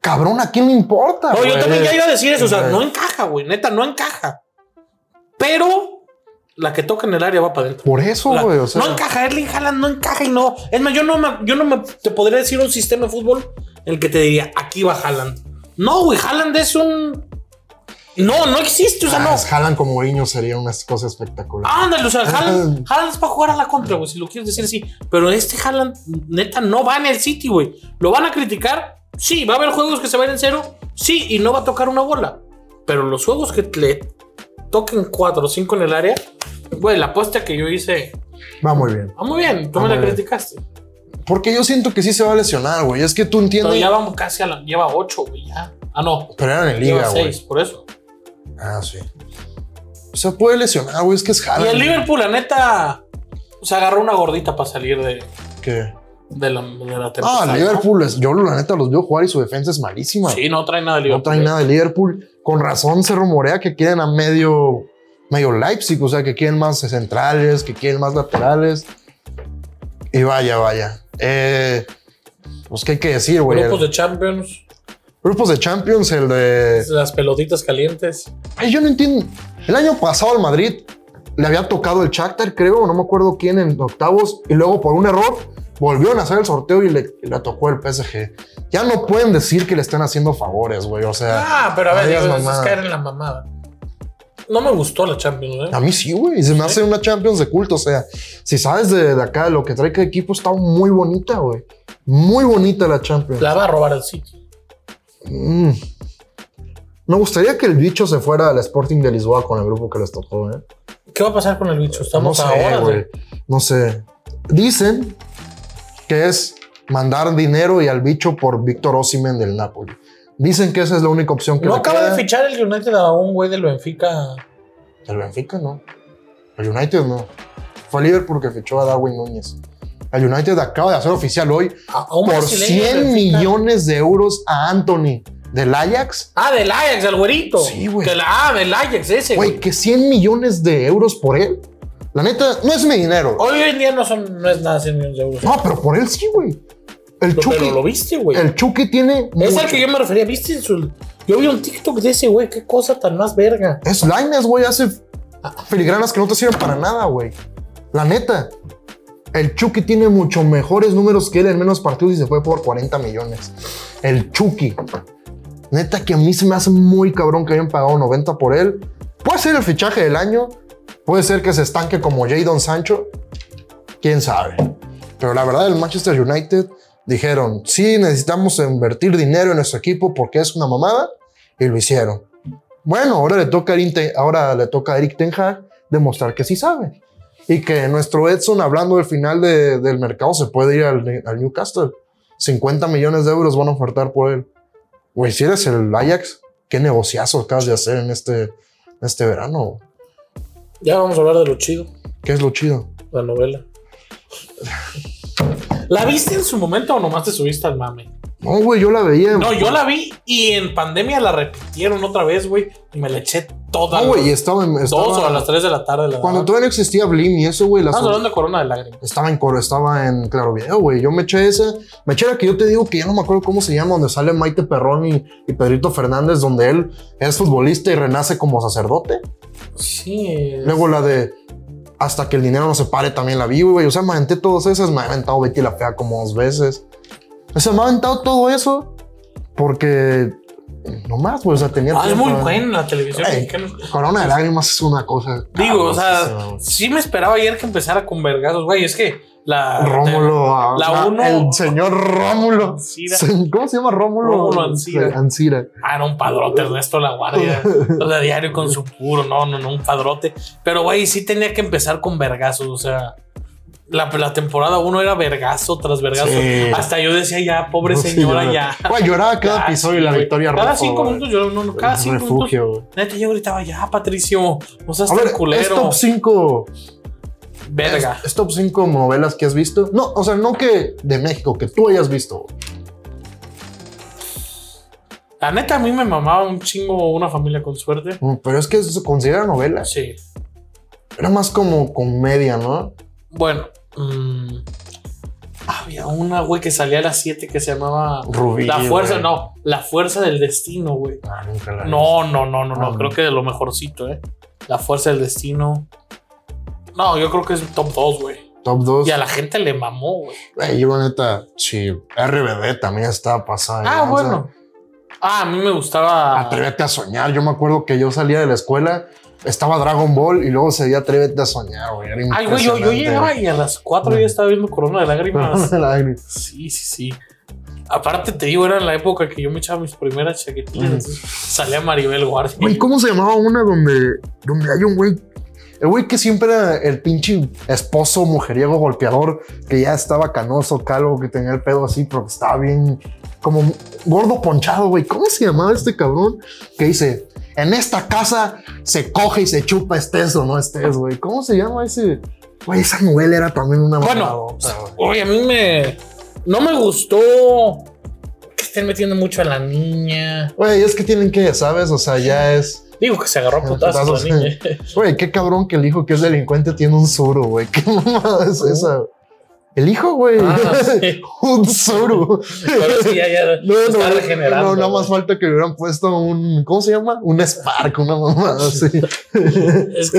Speaker 1: Cabrón, ¿a quién le importa?
Speaker 2: No, yo
Speaker 1: Ah, güey?
Speaker 2: también ya iba a decir eso. O sea,
Speaker 1: Güey.
Speaker 2: no encaja, güey. Neta, no encaja. Pero la que toca en el área va para adentro.
Speaker 1: Por eso,
Speaker 2: La-
Speaker 1: güey. O sea,
Speaker 2: no encaja, Erling Haaland no encaja y no. Es más, yo no me, yo no me te podría decir un sistema de fútbol en el que te diría, aquí va Haaland. No, güey, Haaland es un. No, no existe, o sea,
Speaker 1: ah,
Speaker 2: no.
Speaker 1: es Haaland como Mourinho sería una cosa espectacular.
Speaker 2: Ándale, o sea, Haaland,
Speaker 1: Haaland.
Speaker 2: Haaland es para jugar a la contra, güey, si lo quieres decir así. Pero este Haaland, neta, no va en el City, güey. ¿Lo van a criticar? Sí, va a haber juegos que se van en cero. Sí, y no va a tocar una bola. Pero los juegos que le toquen 4 o 5 en el área, güey, la apuesta que yo hice,
Speaker 1: Va muy bien.
Speaker 2: va muy bien, tú
Speaker 1: Va
Speaker 2: me la
Speaker 1: Ah, muy bien.
Speaker 2: criticaste.
Speaker 1: Porque yo siento que sí se va a lesionar, güey. Es que tú
Speaker 2: Pero
Speaker 1: entiendes.
Speaker 2: ya vamos casi a la. Lleva 8, güey, ya. Ah, no.
Speaker 1: Pero eran en
Speaker 2: Lleva
Speaker 1: liga, güey.
Speaker 2: 6, por eso.
Speaker 1: Ah, sí. O sea, puede lesionar, güey. Es que es
Speaker 2: Y
Speaker 1: Haaland.
Speaker 2: el Liverpool, la neta, se agarró una gordita para salir de,
Speaker 1: ¿Qué?
Speaker 2: de la, de la
Speaker 1: Ah,
Speaker 2: tempestad, ¿no?
Speaker 1: Liverpool. es- Yo, la neta, los veo jugar y su defensa es malísima.
Speaker 2: Sí, no trae nada de
Speaker 1: no
Speaker 2: Liverpool.
Speaker 1: traen nada de Liverpool. Con razón se rumorea que quieren a medio, medio Leipzig, o sea, que quieren más centrales, que quieren más laterales. Y vaya, vaya. Eh, pues, ¿qué hay que decir, güey? El-
Speaker 2: Grupos
Speaker 1: Grupos,
Speaker 2: de
Speaker 1: de
Speaker 2: Champions,
Speaker 1: Champions, el de...
Speaker 2: las pelotitas calientes.
Speaker 1: Ay, yo no entiendo. El año pasado al Madrid le había tocado el Shakhtar, creo, no me acuerdo quién, en octavos. Y luego, por un error, volvieron a hacer el sorteo y le, le tocó el PSG. Ya no pueden decir que le están haciendo favores, güey. O sea...
Speaker 2: Ah, pero a
Speaker 1: no
Speaker 2: ver,
Speaker 1: digas
Speaker 2: digo, eso es
Speaker 1: mamada.
Speaker 2: caer en la mamada. No me gustó la Champions, ¿eh?
Speaker 1: A mí sí, güey. Se me hace una Champions de culto. O sea, si sabes de, de acá lo que trae cada equipo, está muy bonita, güey. Muy bonita la Champions.
Speaker 2: La va a robar el City.
Speaker 1: Mm. Me gustaría que el bicho se fuera al Sporting de Lisboa con el grupo que les tocó, ¿eh?
Speaker 2: ¿Qué va a pasar con el bicho? Estamos
Speaker 1: no sé,
Speaker 2: ahora,
Speaker 1: güey. No sé. Dicen que es mandar dinero y al bicho por Víctor Osimen del Napoli. Dicen que esa es la única opción que
Speaker 2: No
Speaker 1: le
Speaker 2: acaba
Speaker 1: queda.
Speaker 2: de fichar el United a un güey del Benfica.
Speaker 1: El Benfica no. El United no. Fue Liverpool que fichó a Darwin Núñez. El United acaba de hacer oficial hoy
Speaker 2: A, a un
Speaker 1: por
Speaker 2: brasileño del
Speaker 1: 100
Speaker 2: Benfica.
Speaker 1: millones de euros a Anthony del Ajax.
Speaker 2: Ah, del Ajax, el güerito.
Speaker 1: Sí, güey.
Speaker 2: Del- Ah, del Ajax, ese.
Speaker 1: Güey,
Speaker 2: Güey.
Speaker 1: que 100 millones de euros por él. La neta, no es mi dinero.
Speaker 2: Hoy en día no, son, no es nada 100 millones de euros.
Speaker 1: No, pero por él sí, güey. El
Speaker 2: Pero- pero lo
Speaker 1: Chucky.
Speaker 2: viste, güey.
Speaker 1: El Chucky tiene.
Speaker 2: Es
Speaker 1: mucho.
Speaker 2: al que yo me refería, ¿viste? Su- Yo vi un TikTok de ese, güey. Qué cosa tan más verga.
Speaker 1: Es Lines, güey. Hace filigranas que no te sirven para nada, güey. La neta. El Chucky tiene mucho mejores números que él en menos partidos y se fue por 40 millones. El Chucky. Neta que a mí se me hace muy cabrón que hayan pagado 90 por él. Puede ser el fichaje del año. Puede ser que se estanque como Jadon Sancho. Quién sabe. Pero la verdad, el Manchester United dijeron, sí, necesitamos invertir dinero en nuestro equipo porque es una mamada. Y lo hicieron. Bueno, ahora le toca a Erin Ten- ahora le toca a Eric Ten Hag demostrar que sí sabe. Y que nuestro Edson, hablando del final de- del mercado, se puede ir al, al Newcastle. 50 millones de euros van a ofertar por él. Güey, si eres el Ajax, qué negociazo acabas de hacer en este, en este verano.
Speaker 2: Ya vamos a hablar de lo chido,
Speaker 1: ¿Qué es lo chido?
Speaker 2: la novela. ¿La viste en su momento o nomás te subiste al mame?
Speaker 1: No, güey, yo la veía.
Speaker 2: No, yo la vi y en pandemia la repitieron otra vez, güey. Y me la eché toda.
Speaker 1: No, güey,
Speaker 2: güey.
Speaker 1: estaba en.
Speaker 2: Dos o
Speaker 1: estaba-
Speaker 2: a las 3 de la Ah, tarde. La
Speaker 1: cuando
Speaker 2: daban.
Speaker 1: todavía no existía Blim y eso, güey, las
Speaker 2: Estamos hablando de Corona de Lágrimas.
Speaker 1: Estaba en coro, estaba en Claro Video, güey. Yo me eché esa. Me eché la que yo te digo que ya no me acuerdo cómo se llama, donde sale Maite Perrón y, y Pedrito Fernández, donde él es futbolista y renace como sacerdote.
Speaker 2: Sí. es-
Speaker 1: Luego la de Hasta que el dinero no se pare también la vi, güey. O sea, me aventé todas esas. Me ha aventado Betty la Fea como dos veces. O sea, me ha aventado todo eso porque. No más, güey. O sea, tenía.
Speaker 2: Ah, es
Speaker 1: tiempo,
Speaker 2: muy
Speaker 1: güey.
Speaker 2: buena la televisión
Speaker 1: Ey, Ah,
Speaker 2: mexicana.
Speaker 1: Corona de lágrimas es una cosa.
Speaker 2: Digo, o
Speaker 1: cabrosísima,
Speaker 2: sea,
Speaker 1: güey.
Speaker 2: sí me esperaba ayer que empezara con vergazos, güey. Es que la.
Speaker 1: Rómulo, ah,
Speaker 2: la
Speaker 1: ah,
Speaker 2: uno-
Speaker 1: el señor Rómulo.
Speaker 2: Ancira.
Speaker 1: Se- ¿Cómo se llama Rómulo?
Speaker 2: Rómulo Ancira.
Speaker 1: Sí, Ancira.
Speaker 2: Ah, era un padrote, Ernesto La Guardia. o sea, diario con su puro, no, no, no, un padrote. Pero, güey, sí tenía que empezar con vergazos, o sea. La, la temporada uno era vergazo tras vergazo.
Speaker 1: Sí.
Speaker 2: Hasta yo decía, ya, pobre
Speaker 1: No, sí,
Speaker 2: señora,
Speaker 1: lloraba.
Speaker 2: ya.
Speaker 1: Güey, lloraba cada
Speaker 2: Ya,
Speaker 1: episodio y
Speaker 2: sí,
Speaker 1: la
Speaker 2: güey.
Speaker 1: victoria
Speaker 2: Cada
Speaker 1: rojo,
Speaker 2: cinco
Speaker 1: güey.
Speaker 2: minutos yo, no, no, cada
Speaker 1: Es
Speaker 2: cinco minutos.
Speaker 1: refugio, güey.
Speaker 2: Neta, yo gritaba, ya, Patricio, no seas
Speaker 1: A
Speaker 2: tan
Speaker 1: ver, es
Speaker 2: culero.
Speaker 1: top 5.
Speaker 2: Verga.
Speaker 1: Es, es top 5 novelas que has visto. No, o sea, no que de México, que tú hayas visto. güey.
Speaker 2: La neta, a mí me mamaba un chingo una familia con suerte.
Speaker 1: Mm, Pero es que se considera novela.
Speaker 2: Sí.
Speaker 1: Era más como comedia, ¿no?
Speaker 2: Bueno, mm, había una, güey, que salía a las 7 que se llamaba
Speaker 1: Rubí.
Speaker 2: La Fuerza,
Speaker 1: güey.
Speaker 2: no, La Fuerza del Destino, güey.
Speaker 1: Ah, nunca la vi.
Speaker 2: No, no, no, no,
Speaker 1: Ah,
Speaker 2: no,
Speaker 1: no.
Speaker 2: creo que de lo mejorcito, eh. La Fuerza del Destino. No, yo creo que es top 2, güey.
Speaker 1: Top 2.
Speaker 2: Y a la gente le mamó, güey.
Speaker 1: yo, neta, sí. RBD también estaba pasada. de
Speaker 2: Ah,
Speaker 1: lanza.
Speaker 2: bueno. Ah, a mí me gustaba.
Speaker 1: Atrévete a soñar. Yo me acuerdo que yo salía de la escuela, estaba Dragon Ball y luego seguía Atrévete a soñar, güey. Era
Speaker 2: Ay, güey, yo, yo
Speaker 1: impresionante.
Speaker 2: llegaba y a las 4
Speaker 1: Mm.
Speaker 2: ya estaba viendo Corona de Lágrimas.
Speaker 1: Lágrimas.
Speaker 2: Sí, sí, sí. Aparte, te digo, era la época que yo me echaba mis primeras chaquetillas. entonces Salía Maribel Guardia.
Speaker 1: Güey, ¿cómo se llamaba una donde, donde hay un güey? El güey que siempre era el pinche esposo, mujeriego, golpeador, que ya estaba canoso, calvo, que tenía el pedo así, pero que estaba bien como gordo ponchado, güey. ¿Cómo se llamaba este cabrón? Que dice, en esta casa se coge y se chupa estés o no estés, güey. ¿Cómo se llama ese? Güey, esa novela era también una
Speaker 2: Bueno,
Speaker 1: mamadota, güey.
Speaker 2: oye, a mí me. No me gustó que estén metiendo mucho a la niña.
Speaker 1: Güey, es que tienen que, ¿sabes? O sea, ya es...
Speaker 2: Digo que se agarró a
Speaker 1: Putazos,
Speaker 2: putazos la niña.
Speaker 1: Güey, qué cabrón que el hijo que es delincuente tiene un suru, güey. Qué mamada es esa. güey? El hijo, güey.
Speaker 2: Ah, sí.
Speaker 1: un suru.
Speaker 2: Pero sí, ya, ya
Speaker 1: No,
Speaker 2: se está
Speaker 1: no,
Speaker 2: regenerando.
Speaker 1: no, nada más falta que le hubieran puesto un, ¿cómo se llama? Un Spark, una mamada así.
Speaker 2: Es que-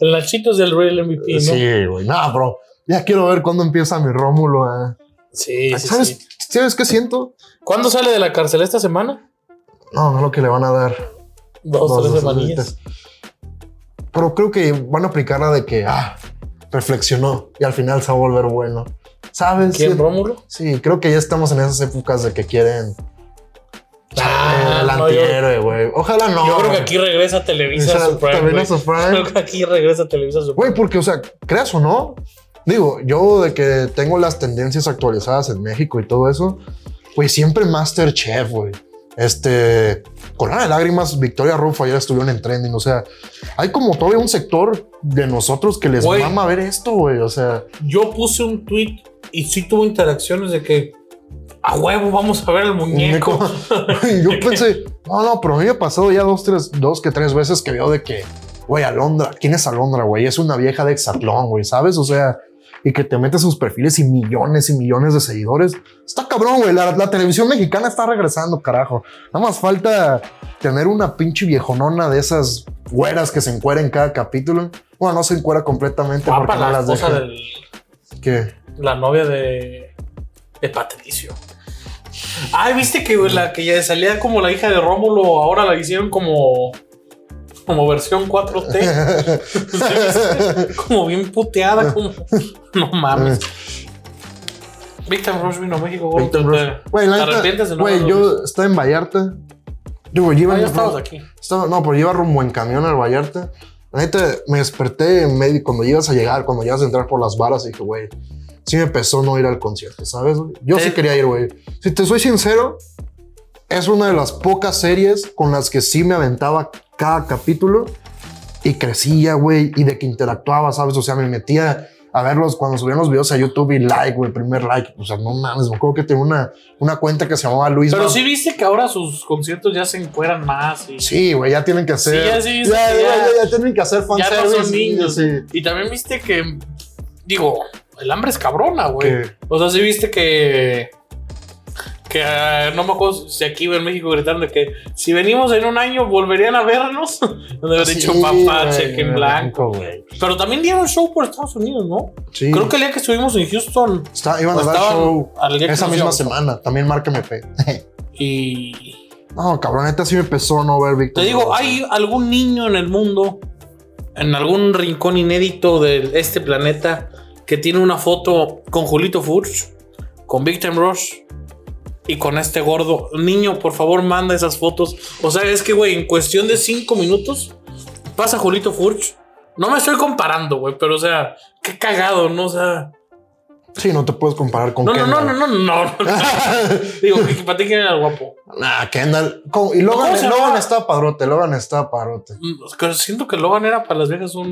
Speaker 2: el Nachito es del Real MVP, ¿no? Sí,
Speaker 1: Sí, güey, nada, bro. Ya quiero ver cuándo empieza mi Rómulo a...
Speaker 2: sí, sí.
Speaker 1: Ah, ¿Sabes, ¿Sabes qué siento?
Speaker 2: ¿Cuándo sale de la cárcel esta semana?
Speaker 1: No, no es lo que le van a dar.
Speaker 2: Dos,
Speaker 1: Dos,
Speaker 2: tres
Speaker 1: dos, ahorita.
Speaker 2: semanillas.
Speaker 1: Pero creo que van a aplicar la de que, ah, reflexionó y al final se va a volver bueno. ¿Sabes?
Speaker 2: ¿Quién,
Speaker 1: Sí,
Speaker 2: Rómulo?
Speaker 1: Sí, creo que ya estamos en esas épocas de que quieren
Speaker 2: Ah,
Speaker 1: el
Speaker 2: no, yo-
Speaker 1: antihéroe, güey. Ojalá no.
Speaker 2: Yo creo que
Speaker 1: güey.
Speaker 2: aquí regresa Televisa
Speaker 1: O sea,
Speaker 2: a su prime,
Speaker 1: también a su
Speaker 2: güey.
Speaker 1: prime.
Speaker 2: Creo que aquí regresa Televisa a su
Speaker 1: Güey, porque, o sea, creas o no, digo, yo de que tengo las tendencias actualizadas en México y todo eso, güey, siempre Masterchef, güey. Este, Corona de Lágrimas, Victoria Rufo ayer estuvieron en trending, o sea, hay como todavía un sector de nosotros que les
Speaker 2: Güey.
Speaker 1: mama ver esto, güey, o sea,
Speaker 2: yo puse un tweet y sí tuvo interacciones de que a huevo vamos a ver el muñeco.
Speaker 1: Y yo pensé, no, no, pero a mí me ha pasado ya dos, tres, dos que tres veces que veo de que, güey, Alondra, ¿quién es Alondra, güey? Es una vieja de Exatlón, güey, ¿sabes? O sea, y que te metes sus perfiles y millones y millones de seguidores. Está cabrón, güey. La, la televisión mexicana está regresando, carajo. Nada más falta tener una pinche viejonona de esas güeras que se encuera en cada capítulo. Bueno, no se encuera completamente
Speaker 2: Guapa
Speaker 1: porque
Speaker 2: la
Speaker 1: no las
Speaker 2: esposa
Speaker 1: deja.
Speaker 2: de
Speaker 1: ¿Qué?
Speaker 2: la novia de, de Patricio. Ay, viste que la que ya salía como la hija de Rómulo, ahora la hicieron como como versión 4T, como bien puteada, como no mames. Victor Rush vino a México, güey.
Speaker 1: Victor
Speaker 2: ¿Te-
Speaker 1: Rush.
Speaker 2: te-
Speaker 1: Güey, la
Speaker 2: ¿Te
Speaker 1: neta,
Speaker 2: arrepientes de no
Speaker 1: Güey,
Speaker 2: haberlo visto?
Speaker 1: yo estaba en Vallarta. Digo, yo iba
Speaker 2: Ah,
Speaker 1: en-
Speaker 2: ya estabas aquí.
Speaker 1: Estaba- no, pero yo iba rumbo en camión al Vallarta. La neta, me desperté en medio, cuando ibas a llegar, cuando ibas a entrar por las varas, dije, güey, sí me pesó no ir al concierto, ¿sabes? güey? Yo sí
Speaker 2: Sí.
Speaker 1: quería ir, güey. Si te soy sincero, es una de las pocas series con las que sí me aventaba cada capítulo y crecía, güey, y de que interactuaba, ¿sabes? O sea, me metía a verlos cuando subían los videos a YouTube y like, güey, primer like. O sea, no mames, me acuerdo que tenía una, una cuenta que se llamaba Luis
Speaker 2: Pero
Speaker 1: Mam-
Speaker 2: sí viste que ahora sus conciertos ya se encueran más. Y,
Speaker 1: Sí, güey, ya tienen que hacer.
Speaker 2: ya sí,
Speaker 1: ya,
Speaker 2: sí,
Speaker 1: ya,
Speaker 2: ya.
Speaker 1: ya, ya tienen que hacer
Speaker 2: Ya
Speaker 1: fanservice.
Speaker 2: no son niños.
Speaker 1: Sí,
Speaker 2: y también viste que, digo, el hambre es cabrona, güey.
Speaker 1: que-
Speaker 2: O sea, sí viste que, que ah, no me acuerdo si aquí en México gritaron de que si venimos en un año volverían a vernos. Donde haber
Speaker 1: Sí,
Speaker 2: dicho papá,
Speaker 1: güey,
Speaker 2: cheque en blanco.
Speaker 1: güey.
Speaker 2: Pero también dieron show por Estados Unidos, ¿no?
Speaker 1: Sí.
Speaker 2: Creo que el día que estuvimos en Houston,
Speaker 1: Está, iban a dar
Speaker 2: estaban
Speaker 1: show
Speaker 2: al día que
Speaker 1: esa
Speaker 2: nos
Speaker 1: misma
Speaker 2: íbamos.
Speaker 1: semana. También márcame P.
Speaker 2: Y
Speaker 1: No, cabrón, neta sí me pesó no ver
Speaker 2: Te
Speaker 1: Víctor.
Speaker 2: digo,
Speaker 1: Hugo.
Speaker 2: hay algún niño en el mundo, en algún rincón inédito de este planeta, que tiene una foto con Julito Furch, con Victim Rush y con este gordo. Niño, por favor, manda esas fotos. O sea, es que, güey, en cuestión de cinco minutos, pasa Julito Furch. No me estoy comparando, güey, pero o sea, qué cagado, ¿no? O sea,
Speaker 1: Sí, no te puedes comparar con
Speaker 2: no, no,
Speaker 1: Kendall.
Speaker 2: no, no, no, no, no. Digo, que para ti quién era el guapo.
Speaker 1: nah, Kendall. ¿Cómo? Y Logan,
Speaker 2: ¿Cómo se
Speaker 1: Logan
Speaker 2: llama?
Speaker 1: estaba padrote, Logan estaba padrote.
Speaker 2: Mm, es que Siento que Logan era para las viejas un,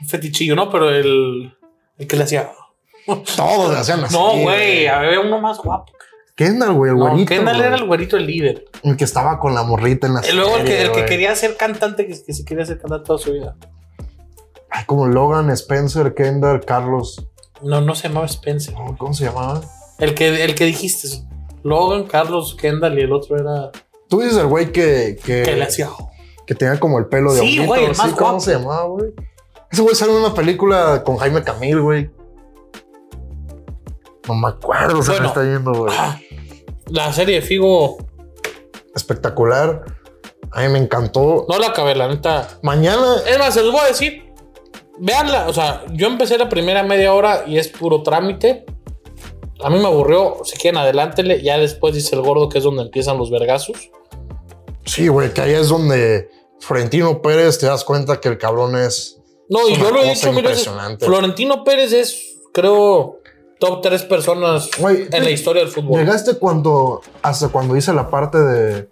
Speaker 2: un fetichillo, ¿no? Pero el, el que le hacía.
Speaker 1: Todos le hacían así.
Speaker 2: No, güey, había uno más guapo.
Speaker 1: Kendall, güey, el
Speaker 2: No,
Speaker 1: güerito.
Speaker 2: Kendall
Speaker 1: güey.
Speaker 2: era el güerito el líder.
Speaker 1: El que estaba con la morrita en la
Speaker 2: Y luego el que,
Speaker 1: serie,
Speaker 2: el que
Speaker 1: güey.
Speaker 2: quería ser cantante, que, que se quería ser cantante toda su vida.
Speaker 1: Ay, como Logan, Spencer, Kendall, Carlos.
Speaker 2: No, no se llamaba Spencer.
Speaker 1: No, ¿Cómo se llamaba?
Speaker 2: El que, el que dijiste, Logan, Carlos, Kendall y el otro era
Speaker 1: Tú dices el güey que, que,
Speaker 2: que le hacía.
Speaker 1: que tenía como el pelo de
Speaker 2: Sí,
Speaker 1: honguito,
Speaker 2: güey, el más
Speaker 1: ¿Cómo
Speaker 2: guapo.
Speaker 1: se llamaba, güey? Ese güey salió en una película con Jaime Camil, güey. No me acuerdo, se me
Speaker 2: Bueno.
Speaker 1: está yendo, güey.
Speaker 2: Ah, la serie de Figo
Speaker 1: Espectacular. A mí me encantó.
Speaker 2: no la acabé, la neta.
Speaker 1: Mañana,
Speaker 2: Es más, se los voy a decir. Veanla, o sea, yo empecé la primera media hora y es puro trámite. A mí me aburrió, si quieren adelántele, ya después dice el gordo que es donde empiezan los vergazos.
Speaker 1: Sí, güey, que ahí es donde Florentino Pérez te das cuenta que el cabrón es.
Speaker 2: No, y
Speaker 1: Es
Speaker 2: yo
Speaker 1: una
Speaker 2: lo he
Speaker 1: cosa
Speaker 2: dicho mil veces.
Speaker 1: impresionante.
Speaker 2: Florentino Pérez es, creo, top tres personas
Speaker 1: Güey,
Speaker 2: en la historia del fútbol.
Speaker 1: Llegaste cuando. hasta cuando hice la parte de.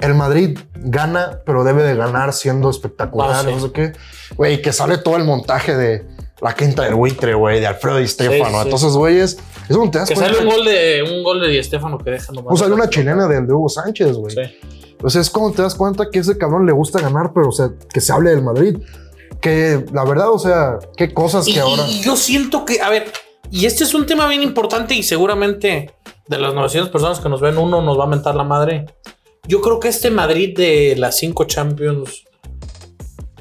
Speaker 1: El Madrid gana, pero debe de ganar siendo espectacular,
Speaker 2: Ah, sí.
Speaker 1: no sé qué. Güey, que sale todo el montaje de la quinta del buitre, güey, de Alfredo y Stefano.
Speaker 2: sí.
Speaker 1: Entonces, güey, es, es donde te das
Speaker 2: Que
Speaker 1: cuenta.
Speaker 2: sale un gol de un gol de Di Stéfano que deja nomás.
Speaker 1: o sale una chilena del de Hugo Sánchez, güey.
Speaker 2: Sí.
Speaker 1: O sea, es cuando te das cuenta que ese cabrón le gusta ganar, pero o sea, que se hable del Madrid. Que la verdad, o sea, qué cosas
Speaker 2: Y,
Speaker 1: que ahora.
Speaker 2: y yo siento que, a ver, y este es un tema bien importante y seguramente de las 900 personas que nos ven, uno nos va a mentar la madre. Yo creo que este Madrid de las 5 Champions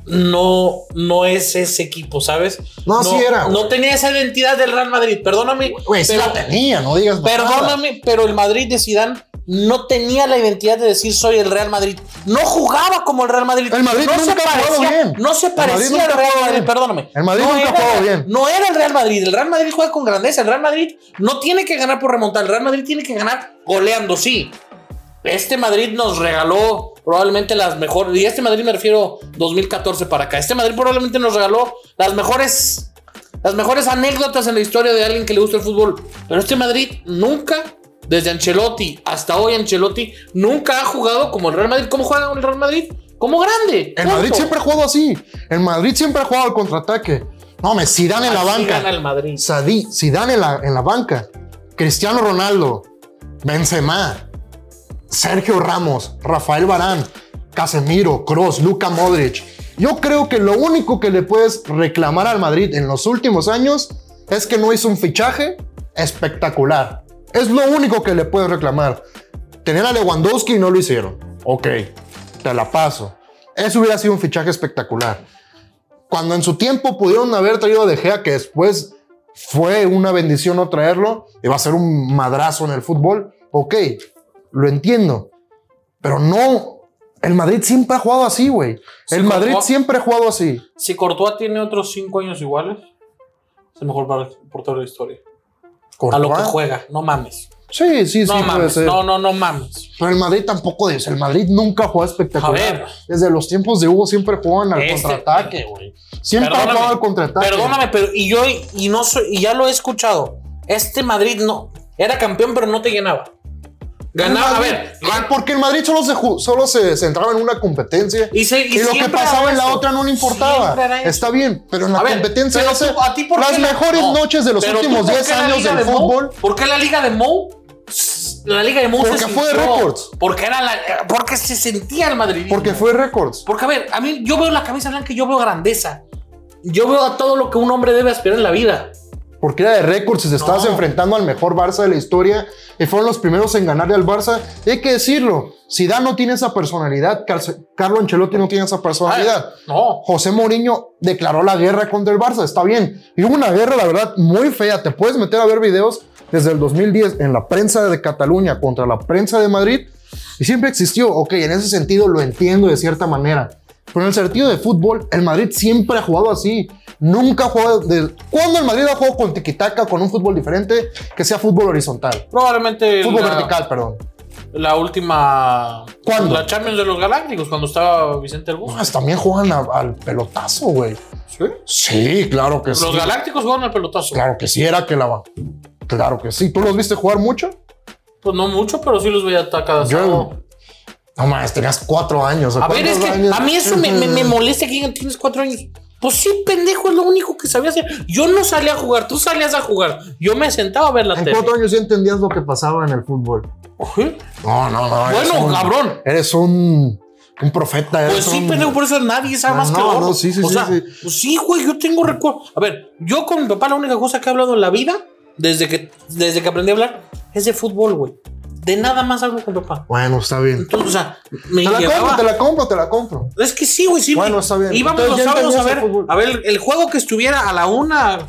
Speaker 2: no, no es ese equipo, ¿sabes?
Speaker 1: No, sí era,
Speaker 2: No
Speaker 1: güey.
Speaker 2: tenía esa identidad del Real Madrid, perdóname.
Speaker 1: Güey, sí
Speaker 2: pero-
Speaker 1: la tenía, no digas nada.
Speaker 2: Perdóname, pero el Madrid de Zidane no tenía la identidad de decir soy el Real Madrid. No jugaba como el Real Madrid.
Speaker 1: El Madrid
Speaker 2: no
Speaker 1: nunca ha jugado
Speaker 2: parecía,
Speaker 1: bien.
Speaker 2: No se
Speaker 1: El Madrid
Speaker 2: parecía
Speaker 1: nunca
Speaker 2: al
Speaker 1: ha
Speaker 2: Real
Speaker 1: jugado
Speaker 2: Madrid,
Speaker 1: bien.
Speaker 2: perdóname.
Speaker 1: El Madrid
Speaker 2: no
Speaker 1: nunca ha
Speaker 2: era-
Speaker 1: jugado bien.
Speaker 2: No era el Real Madrid. El Real Madrid juega con grandeza. El Real Madrid no tiene que ganar por remontar. El Real Madrid tiene que ganar goleando, sí. Este Madrid nos regaló probablemente las mejores. Y este Madrid me refiero 2014 para acá. Este Madrid probablemente nos regaló las mejores. Las mejores anécdotas en la historia de alguien que le gusta el fútbol. Pero este Madrid nunca, desde Ancelotti hasta hoy Ancelotti, nunca ha jugado como el Real Madrid. ¿Cómo juega el Real Madrid? Como grande.
Speaker 1: El Madrid
Speaker 2: punto.
Speaker 1: siempre ha jugado así. El Madrid siempre ha jugado al contraataque. No, me Zidane en la
Speaker 2: Así
Speaker 1: banca.
Speaker 2: gana el Madrid.
Speaker 1: Sadí, Zidane en la, en la banca. Cristiano Ronaldo. Benzema. Sergio Ramos. Rafael Barán. Casemiro. Cross. Luka Modric. Yo creo que lo único que le puedes reclamar al Madrid en los últimos años es que no hizo un fichaje espectacular. Es lo único que le puedes reclamar. Tener a Lewandowski y no lo hicieron. Ok, te la paso. Eso hubiera sido un fichaje espectacular. Cuando en su tiempo pudieron haber traído a De Gea, que después fue una bendición no traerlo, iba a ser un madrazo en el fútbol. Ok, lo entiendo. Pero no, el Madrid siempre ha jugado así, güey.
Speaker 2: Sí,
Speaker 1: El Madrid
Speaker 2: jugó-
Speaker 1: siempre ha jugado así.
Speaker 2: Si Courtois tiene otros cinco años iguales, es el mejor par- portero de la historia. A lo que
Speaker 1: Courtois.
Speaker 2: juega, no mames.
Speaker 1: Sí, sí, sí,
Speaker 2: No
Speaker 1: puede
Speaker 2: mames,
Speaker 1: ser.
Speaker 2: no, no, no mames.
Speaker 1: Pero el Madrid tampoco dice. El Madrid nunca jugó espectacular.
Speaker 2: A ver.
Speaker 1: Desde los tiempos de Hugo siempre jugaban al
Speaker 2: Este-
Speaker 1: contraataque, güey. Siempre ha
Speaker 2: Perdóname.
Speaker 1: jugado al contraataque.
Speaker 2: Perdóname, pero y yo y no soy, y ya lo he escuchado. Este Madrid no era campeón, pero no te llenaba. Ganaba, a
Speaker 1: El Madrid-
Speaker 2: ver, gan-
Speaker 1: Porque el Madrid solo se, ju- solo se centraba en una competencia.
Speaker 2: Y se- y
Speaker 1: lo que
Speaker 2: siempre
Speaker 1: pasaba
Speaker 2: era
Speaker 1: en la
Speaker 2: eso.
Speaker 1: otra no le
Speaker 2: Siempre
Speaker 1: importaba.
Speaker 2: era eso.
Speaker 1: Está bien, pero en la
Speaker 2: a ver,
Speaker 1: competencia
Speaker 2: pero
Speaker 1: no se-
Speaker 2: tú- ¿a ti por
Speaker 1: las
Speaker 2: qué la-
Speaker 1: mejores
Speaker 2: no,
Speaker 1: noches de los
Speaker 2: pero tú
Speaker 1: últimos
Speaker 2: por qué
Speaker 1: 10
Speaker 2: la
Speaker 1: años
Speaker 2: Liga
Speaker 1: del
Speaker 2: de Mou?
Speaker 1: fútbol.
Speaker 2: ¿Por qué la Liga de Mou? S- La Liga de Mou se
Speaker 1: Porque fue de
Speaker 2: sintió-
Speaker 1: récords.
Speaker 2: Porque era la- porque se sentía el Madrid.
Speaker 1: Porque fue récords.
Speaker 2: Porque, a ver, a mí yo veo la camisa blanca y yo veo grandeza. Yo veo a todo lo que un hombre debe aspirar en la vida.
Speaker 1: Porque era de récords y se estabas
Speaker 2: No.
Speaker 1: enfrentando al mejor Barça de la historia y fueron los primeros en ganarle al Barça. Y hay que decirlo, Zidane no tiene esa personalidad, Car- Carlo Ancelotti no tiene esa
Speaker 2: A ver,
Speaker 1: personalidad.
Speaker 2: no.
Speaker 1: José Mourinho declaró la guerra contra el Barça, está bien. Y hubo una guerra, la verdad, muy fea. Te puedes meter a ver videos desde el 2010 en la prensa de Cataluña contra la prensa de Madrid. Y siempre existió. Ok, en ese sentido lo entiendo de cierta manera. Pero en el sentido de fútbol, el Madrid siempre ha jugado así. Nunca ha jugado... De... ¿Cuándo el Madrid ha jugado con tiquitaca, con un fútbol diferente, que sea fútbol horizontal?
Speaker 2: Probablemente
Speaker 1: Fútbol
Speaker 2: la,
Speaker 1: vertical, perdón.
Speaker 2: la última.
Speaker 1: ¿Cuándo?
Speaker 2: La Champions de los Galácticos, cuando estaba Vicente Augusto.
Speaker 1: Pues también juegan a- al pelotazo, güey.
Speaker 2: ¿Sí?
Speaker 1: Sí, claro que
Speaker 2: Los
Speaker 1: sí.
Speaker 2: Galácticos jugaron al pelotazo.
Speaker 1: Claro que sí, era que la va. Claro que sí. ¿Tú los viste jugar mucho?
Speaker 2: Pues no mucho, pero sí los veía a cada sábado.
Speaker 1: Yo. No mames, tenías cuatro años. ¿o
Speaker 2: A ver, es
Speaker 1: cuántos
Speaker 2: que
Speaker 1: años?
Speaker 2: a mí eso me, me- me molesta que digan, tienes cuatro años. Pues sí, pendejo, es lo único que sabía hacer. Yo no salía a jugar, tú salías a jugar. Yo me sentaba a ver la
Speaker 1: En
Speaker 2: tele.
Speaker 1: cuatro años ya entendías lo que pasaba en el fútbol.
Speaker 2: Ujú.
Speaker 1: No, no, no. eres
Speaker 2: Bueno,
Speaker 1: un-
Speaker 2: cabrón.
Speaker 1: Eres un, un profeta.
Speaker 2: Pues
Speaker 1: eres
Speaker 2: sí,
Speaker 1: un-
Speaker 2: pendejo, por eso nadie sabe
Speaker 1: No,
Speaker 2: más que
Speaker 1: no,
Speaker 2: yo.
Speaker 1: no, sí, sí,
Speaker 2: o
Speaker 1: sí,
Speaker 2: sea,
Speaker 1: sí.
Speaker 2: pues sí, güey, yo tengo recuerdo. A ver, yo con mi papá la única cosa que he hablado en la vida, desde que, desde que aprendí a hablar, es de fútbol, güey. De nada más hablo con papá.
Speaker 1: Bueno, está bien.
Speaker 2: Entonces, o sea, me
Speaker 1: Te la
Speaker 2: llevaba...
Speaker 1: compro, te la compro, te la compro.
Speaker 2: Es que sí, güey, sí.
Speaker 1: Bueno,
Speaker 2: güey.
Speaker 1: está bien.
Speaker 2: Íbamos los
Speaker 1: Entonces, ya
Speaker 2: sábados a
Speaker 1: entendías
Speaker 2: ver,
Speaker 1: el fútbol.
Speaker 2: a ver el juego que estuviera a la una,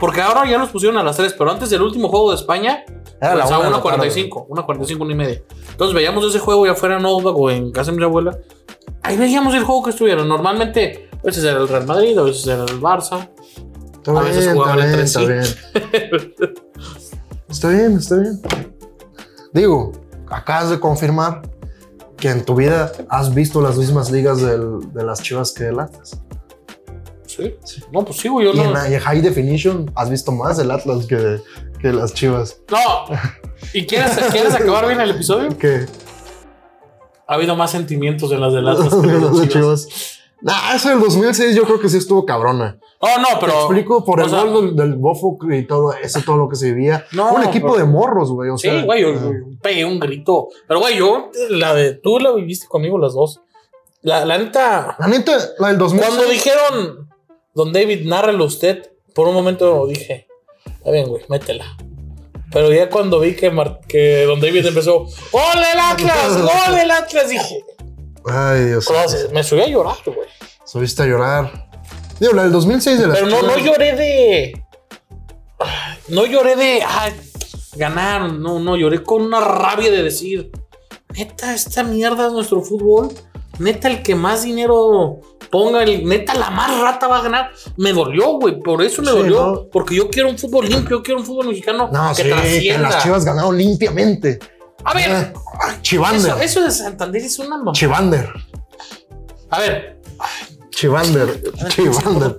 Speaker 2: porque ahora ya los pusieron a las tres, pero antes del último juego de España,
Speaker 1: Era
Speaker 2: pues,
Speaker 1: la
Speaker 2: a
Speaker 1: una de la
Speaker 2: 1.45, 1.45, una y media. Entonces veíamos ese juego ya fuera en Outback o en casa de mi abuela. Ahí veíamos el juego que estuviera. Normalmente, a veces era el Real Madrid, a veces era el Barça.
Speaker 1: Está
Speaker 2: A veces
Speaker 1: bien,
Speaker 2: jugaban
Speaker 1: está bien,
Speaker 2: entre
Speaker 1: está bien.
Speaker 2: sí.
Speaker 1: Está bien, está bien. Digo, acabas de confirmar que en tu vida has visto las mismas ligas del- de las chivas que del Atlas.
Speaker 2: Sí. No, pues sí, güey. Yo
Speaker 1: Y en,
Speaker 2: no.
Speaker 1: la- y en High Definition has visto más del Atlas que, de- que las chivas.
Speaker 2: No. ¿Y quieres, quieres acabar bien el episodio?
Speaker 1: Que
Speaker 2: Ha habido más sentimientos en las del Atlas que en las
Speaker 1: las
Speaker 2: de Chivas.
Speaker 1: chivas. Nah, eso del 2006 yo creo que sí estuvo cabrona.
Speaker 2: Oh, no, pero.
Speaker 1: Te explico por
Speaker 2: o
Speaker 1: el
Speaker 2: sea,
Speaker 1: gol del, del Bofo y todo eso, todo lo que se vivía.
Speaker 2: No,
Speaker 1: un equipo
Speaker 2: pero-
Speaker 1: de morros, güey. o sea,
Speaker 2: Sí, güey, yo,
Speaker 1: ah,
Speaker 2: yo pegué un grito. Pero, güey, yo, la de tú la viviste conmigo las dos. La, la neta,
Speaker 1: La neta, la del 2006.
Speaker 2: cuando dijeron, don David, nárrelo usted, por un momento dije, está bien, güey, métela. Pero ya cuando vi que, Mar- que don David empezó, ¡Gol el Atlas! ¡Gol el Atlas! Dije,
Speaker 1: Ay, Dios.
Speaker 2: o sea, me subí a llorar, güey.
Speaker 1: Subiste a llorar. Digo, la del 2006 de las
Speaker 2: Pero no, no
Speaker 1: Chivas.
Speaker 2: lloré de. No lloré de. "Ah, ganaron. No, no, lloré con una rabia de decir. Neta, esta mierda es nuestro fútbol. Neta, el que más dinero ponga, el, neta, la más rata va a ganar. Me dolió, güey. Por eso me
Speaker 1: Sí,
Speaker 2: dolió.
Speaker 1: ¿no?
Speaker 2: Porque yo quiero un fútbol limpio, yo quiero un fútbol mexicano
Speaker 1: No, sí,
Speaker 2: que
Speaker 1: que
Speaker 2: trascienda.
Speaker 1: las chivas ganaron limpiamente.
Speaker 2: A
Speaker 1: Ah,
Speaker 2: ver,
Speaker 1: Chivander.
Speaker 2: eso, eso de Santander es una mamá.
Speaker 1: Chivander.
Speaker 2: A ver,
Speaker 1: Chivander. Chivander.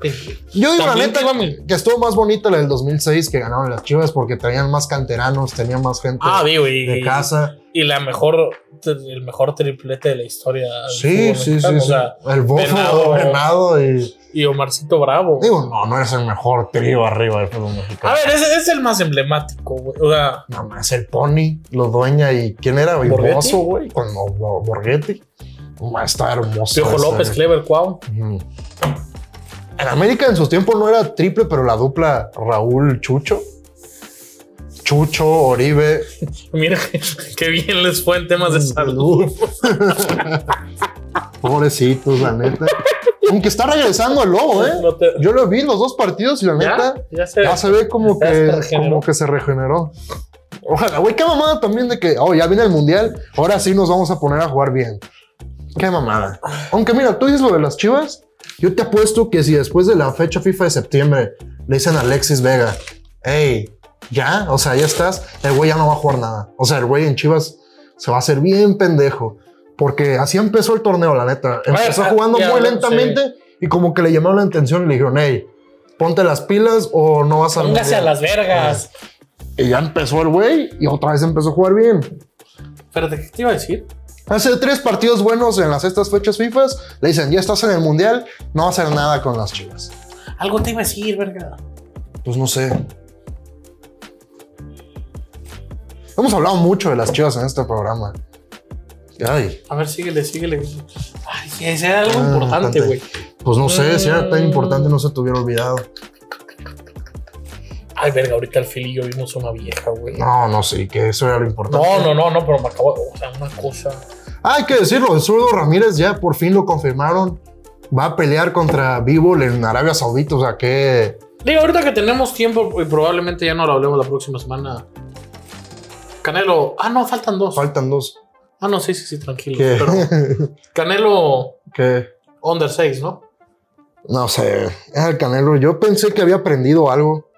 Speaker 1: Yo digo la
Speaker 2: También
Speaker 1: neta
Speaker 2: te iba a mi-
Speaker 1: que estuvo más bonita la del 2006 que ganaron las chivas porque tenían más canteranos, tenían más gente
Speaker 2: Ah, digo, y-
Speaker 1: de casa.
Speaker 2: y la mejor el mejor triplete de la historia del
Speaker 1: Sí,
Speaker 2: fútbol
Speaker 1: sí, sí.
Speaker 2: mexicano, o
Speaker 1: sí.
Speaker 2: sea,
Speaker 1: el Bofo,
Speaker 2: Venado.
Speaker 1: Bernardo y...
Speaker 2: y Omarcito Bravo
Speaker 1: Digo, no, no eres el mejor trío arriba del fútbol
Speaker 2: a
Speaker 1: mexicano.
Speaker 2: ver ese es el más emblemático güey o sea
Speaker 1: Nada más el Pony, lo dueña y quién era Y
Speaker 2: ¿Borghetti?
Speaker 1: Bozo, güey, con Bo- Bo- Borghetti. Ah, Está hermoso.
Speaker 2: Piojo
Speaker 1: ese.
Speaker 2: López Clever Cuau
Speaker 1: Ujú. En América en sus tiempos no era triple, pero la dupla Raúl Chucho. Chucho, Oribe.
Speaker 2: mira qué bien les fue en
Speaker 1: Mm,
Speaker 2: temas de salud
Speaker 1: Pobrecitos, la neta. Aunque está regresando el lobo, ¿eh?
Speaker 2: No te-
Speaker 1: Yo lo vi en los dos partidos y la
Speaker 2: ya
Speaker 1: neta
Speaker 2: ya se
Speaker 1: ya se ve como
Speaker 2: Ya se
Speaker 1: que,
Speaker 2: regeneró.
Speaker 1: como que se regeneró. Ojalá, güey, qué mamada también de que, oh, ya viene el mundial, ahora sí nos vamos a poner a jugar bien. Qué mamada. Aunque mira, tú dices lo de las chivas, yo te apuesto que si después de la fecha FIFA de septiembre le dicen a Alexis Vega, hey, ya, o sea, ya estás, el güey ya no va a jugar nada. O sea, el güey en chivas se va a hacer bien pendejo. Porque así empezó el torneo, la neta. Empezó
Speaker 2: ah,
Speaker 1: jugando
Speaker 2: ya,
Speaker 1: muy
Speaker 2: no,
Speaker 1: lentamente y como que le llamaron la atención y le dijeron, hey, ponte las pilas o no vas a...
Speaker 2: póngase a las vergas
Speaker 1: Ah. Y ya empezó el güey y otra vez empezó a jugar bien.
Speaker 2: espérate qué te iba a decir
Speaker 1: Hace tres partidos buenos en las estas fechas FIFA, le dicen, ya estás en el Mundial, no vas a hacer nada con las chivas.
Speaker 2: algo te iba a decir verga
Speaker 1: Pues no sé. Hemos hablado mucho de las chivas en este programa. Ay,
Speaker 2: a ver síguele síguele ay ese era algo
Speaker 1: Ah,
Speaker 2: importante
Speaker 1: importante.
Speaker 2: güey
Speaker 1: pues no sé, si era tan
Speaker 2: Mm.
Speaker 1: importante no se te hubiera olvidado.
Speaker 2: ay verga ahorita al Fili y yo vimos una vieja güey
Speaker 1: No, no sé, que eso era lo importante.
Speaker 2: No, no, no, no, pero me acabo. O sea, una cosa.
Speaker 1: Ah, hay que decirlo, el zurdo Ramírez ya por fin lo confirmaron. Va a pelear contra Vivo en Arabia Saudita, o sea que...
Speaker 2: Digo, ahorita que tenemos tiempo, y probablemente ya no lo hablemos la próxima semana. Canelo. Ah, no, faltan dos.
Speaker 1: Faltan dos.
Speaker 2: Ah, no, sí, sí, sí, tranquilo.
Speaker 1: ¿Qué?
Speaker 2: Pero Canelo
Speaker 1: ¿Qué?
Speaker 2: under 6, ¿no?
Speaker 1: No sé. Ah, El Canelo, yo pensé que había aprendido algo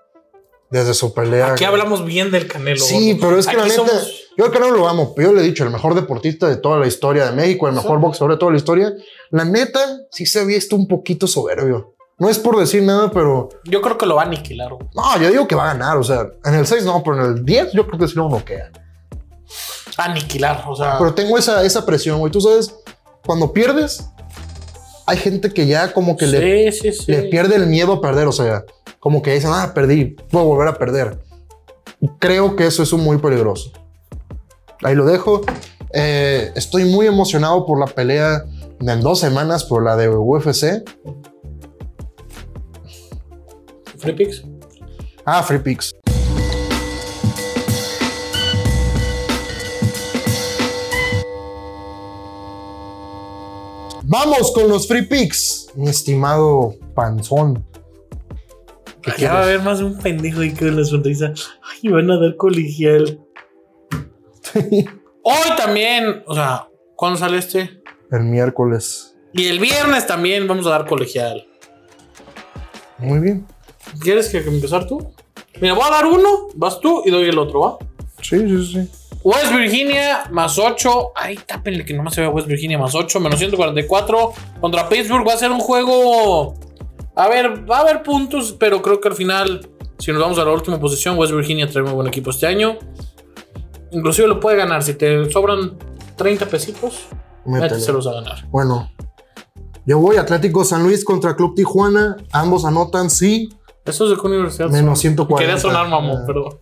Speaker 1: desde su pelea.
Speaker 2: Aquí hablamos bien del Canelo.
Speaker 1: Sí,
Speaker 2: gordo.
Speaker 1: pero es que la
Speaker 2: Aquí
Speaker 1: neta,
Speaker 2: somos-
Speaker 1: yo al Canelo lo amo. Yo le he dicho, el mejor deportista de toda la historia de México, el mejor boxeador de toda la historia. La neta, sí se ha visto un poquito soberbio. No es por decir nada, pero
Speaker 2: Yo creo que lo va a aniquilar. güey.
Speaker 1: no, yo digo que va a ganar. O sea, en el 6 no, pero en el 10 yo creo que sí lo noquea.
Speaker 2: Aniquilar, o sea.
Speaker 1: Pero tengo esa, esa presión, güey. Tú sabes, cuando pierdes, hay gente que ya como que le
Speaker 2: sí, sí, sí.
Speaker 1: le pierde el miedo a perder, o sea, como que dicen, ah, perdí, puedo volver a perder. Creo que eso es un muy peligroso. Ahí lo dejo. Eh, estoy muy emocionado por la pelea de en dos semanas, por la de UFC.
Speaker 2: Free picks.
Speaker 1: Ah, Free Picks. Vamos con los Free Picks, mi estimado panzón. ¿Qué
Speaker 2: Ya va
Speaker 1: quieres?
Speaker 2: a haber más de un pendejo ahí con la sonrisa. Ay, van a dar colegial. Hoy también, o sea, ¿cuándo sale este?
Speaker 1: El miércoles.
Speaker 2: Y el viernes también vamos a dar colegial.
Speaker 1: Muy bien.
Speaker 2: ¿Quieres que que empezar tú? Mira, voy a dar uno, vas tú y doy el otro, ¿va?
Speaker 1: Sí, sí, sí.
Speaker 2: West Virginia más 8. Ay, tápenle que no más se vea West Virginia más 8, menos 144. Contra Pittsburgh va a ser un juego. A ver, va a haber puntos, pero creo que al final, si nos vamos a la última posición, West Virginia trae muy buen equipo este año. Inclusive lo puede ganar. Si te sobran 30 pesitos,
Speaker 1: Métele.
Speaker 2: se los a ganar.
Speaker 1: Bueno, yo voy Atlético San Luis contra Club Tijuana. Ambos anotan, sí.
Speaker 2: Eso es de qué universidad.
Speaker 1: Menos
Speaker 2: son?
Speaker 1: 140.
Speaker 2: Quería sonar mamón,
Speaker 1: Ah.
Speaker 2: pero.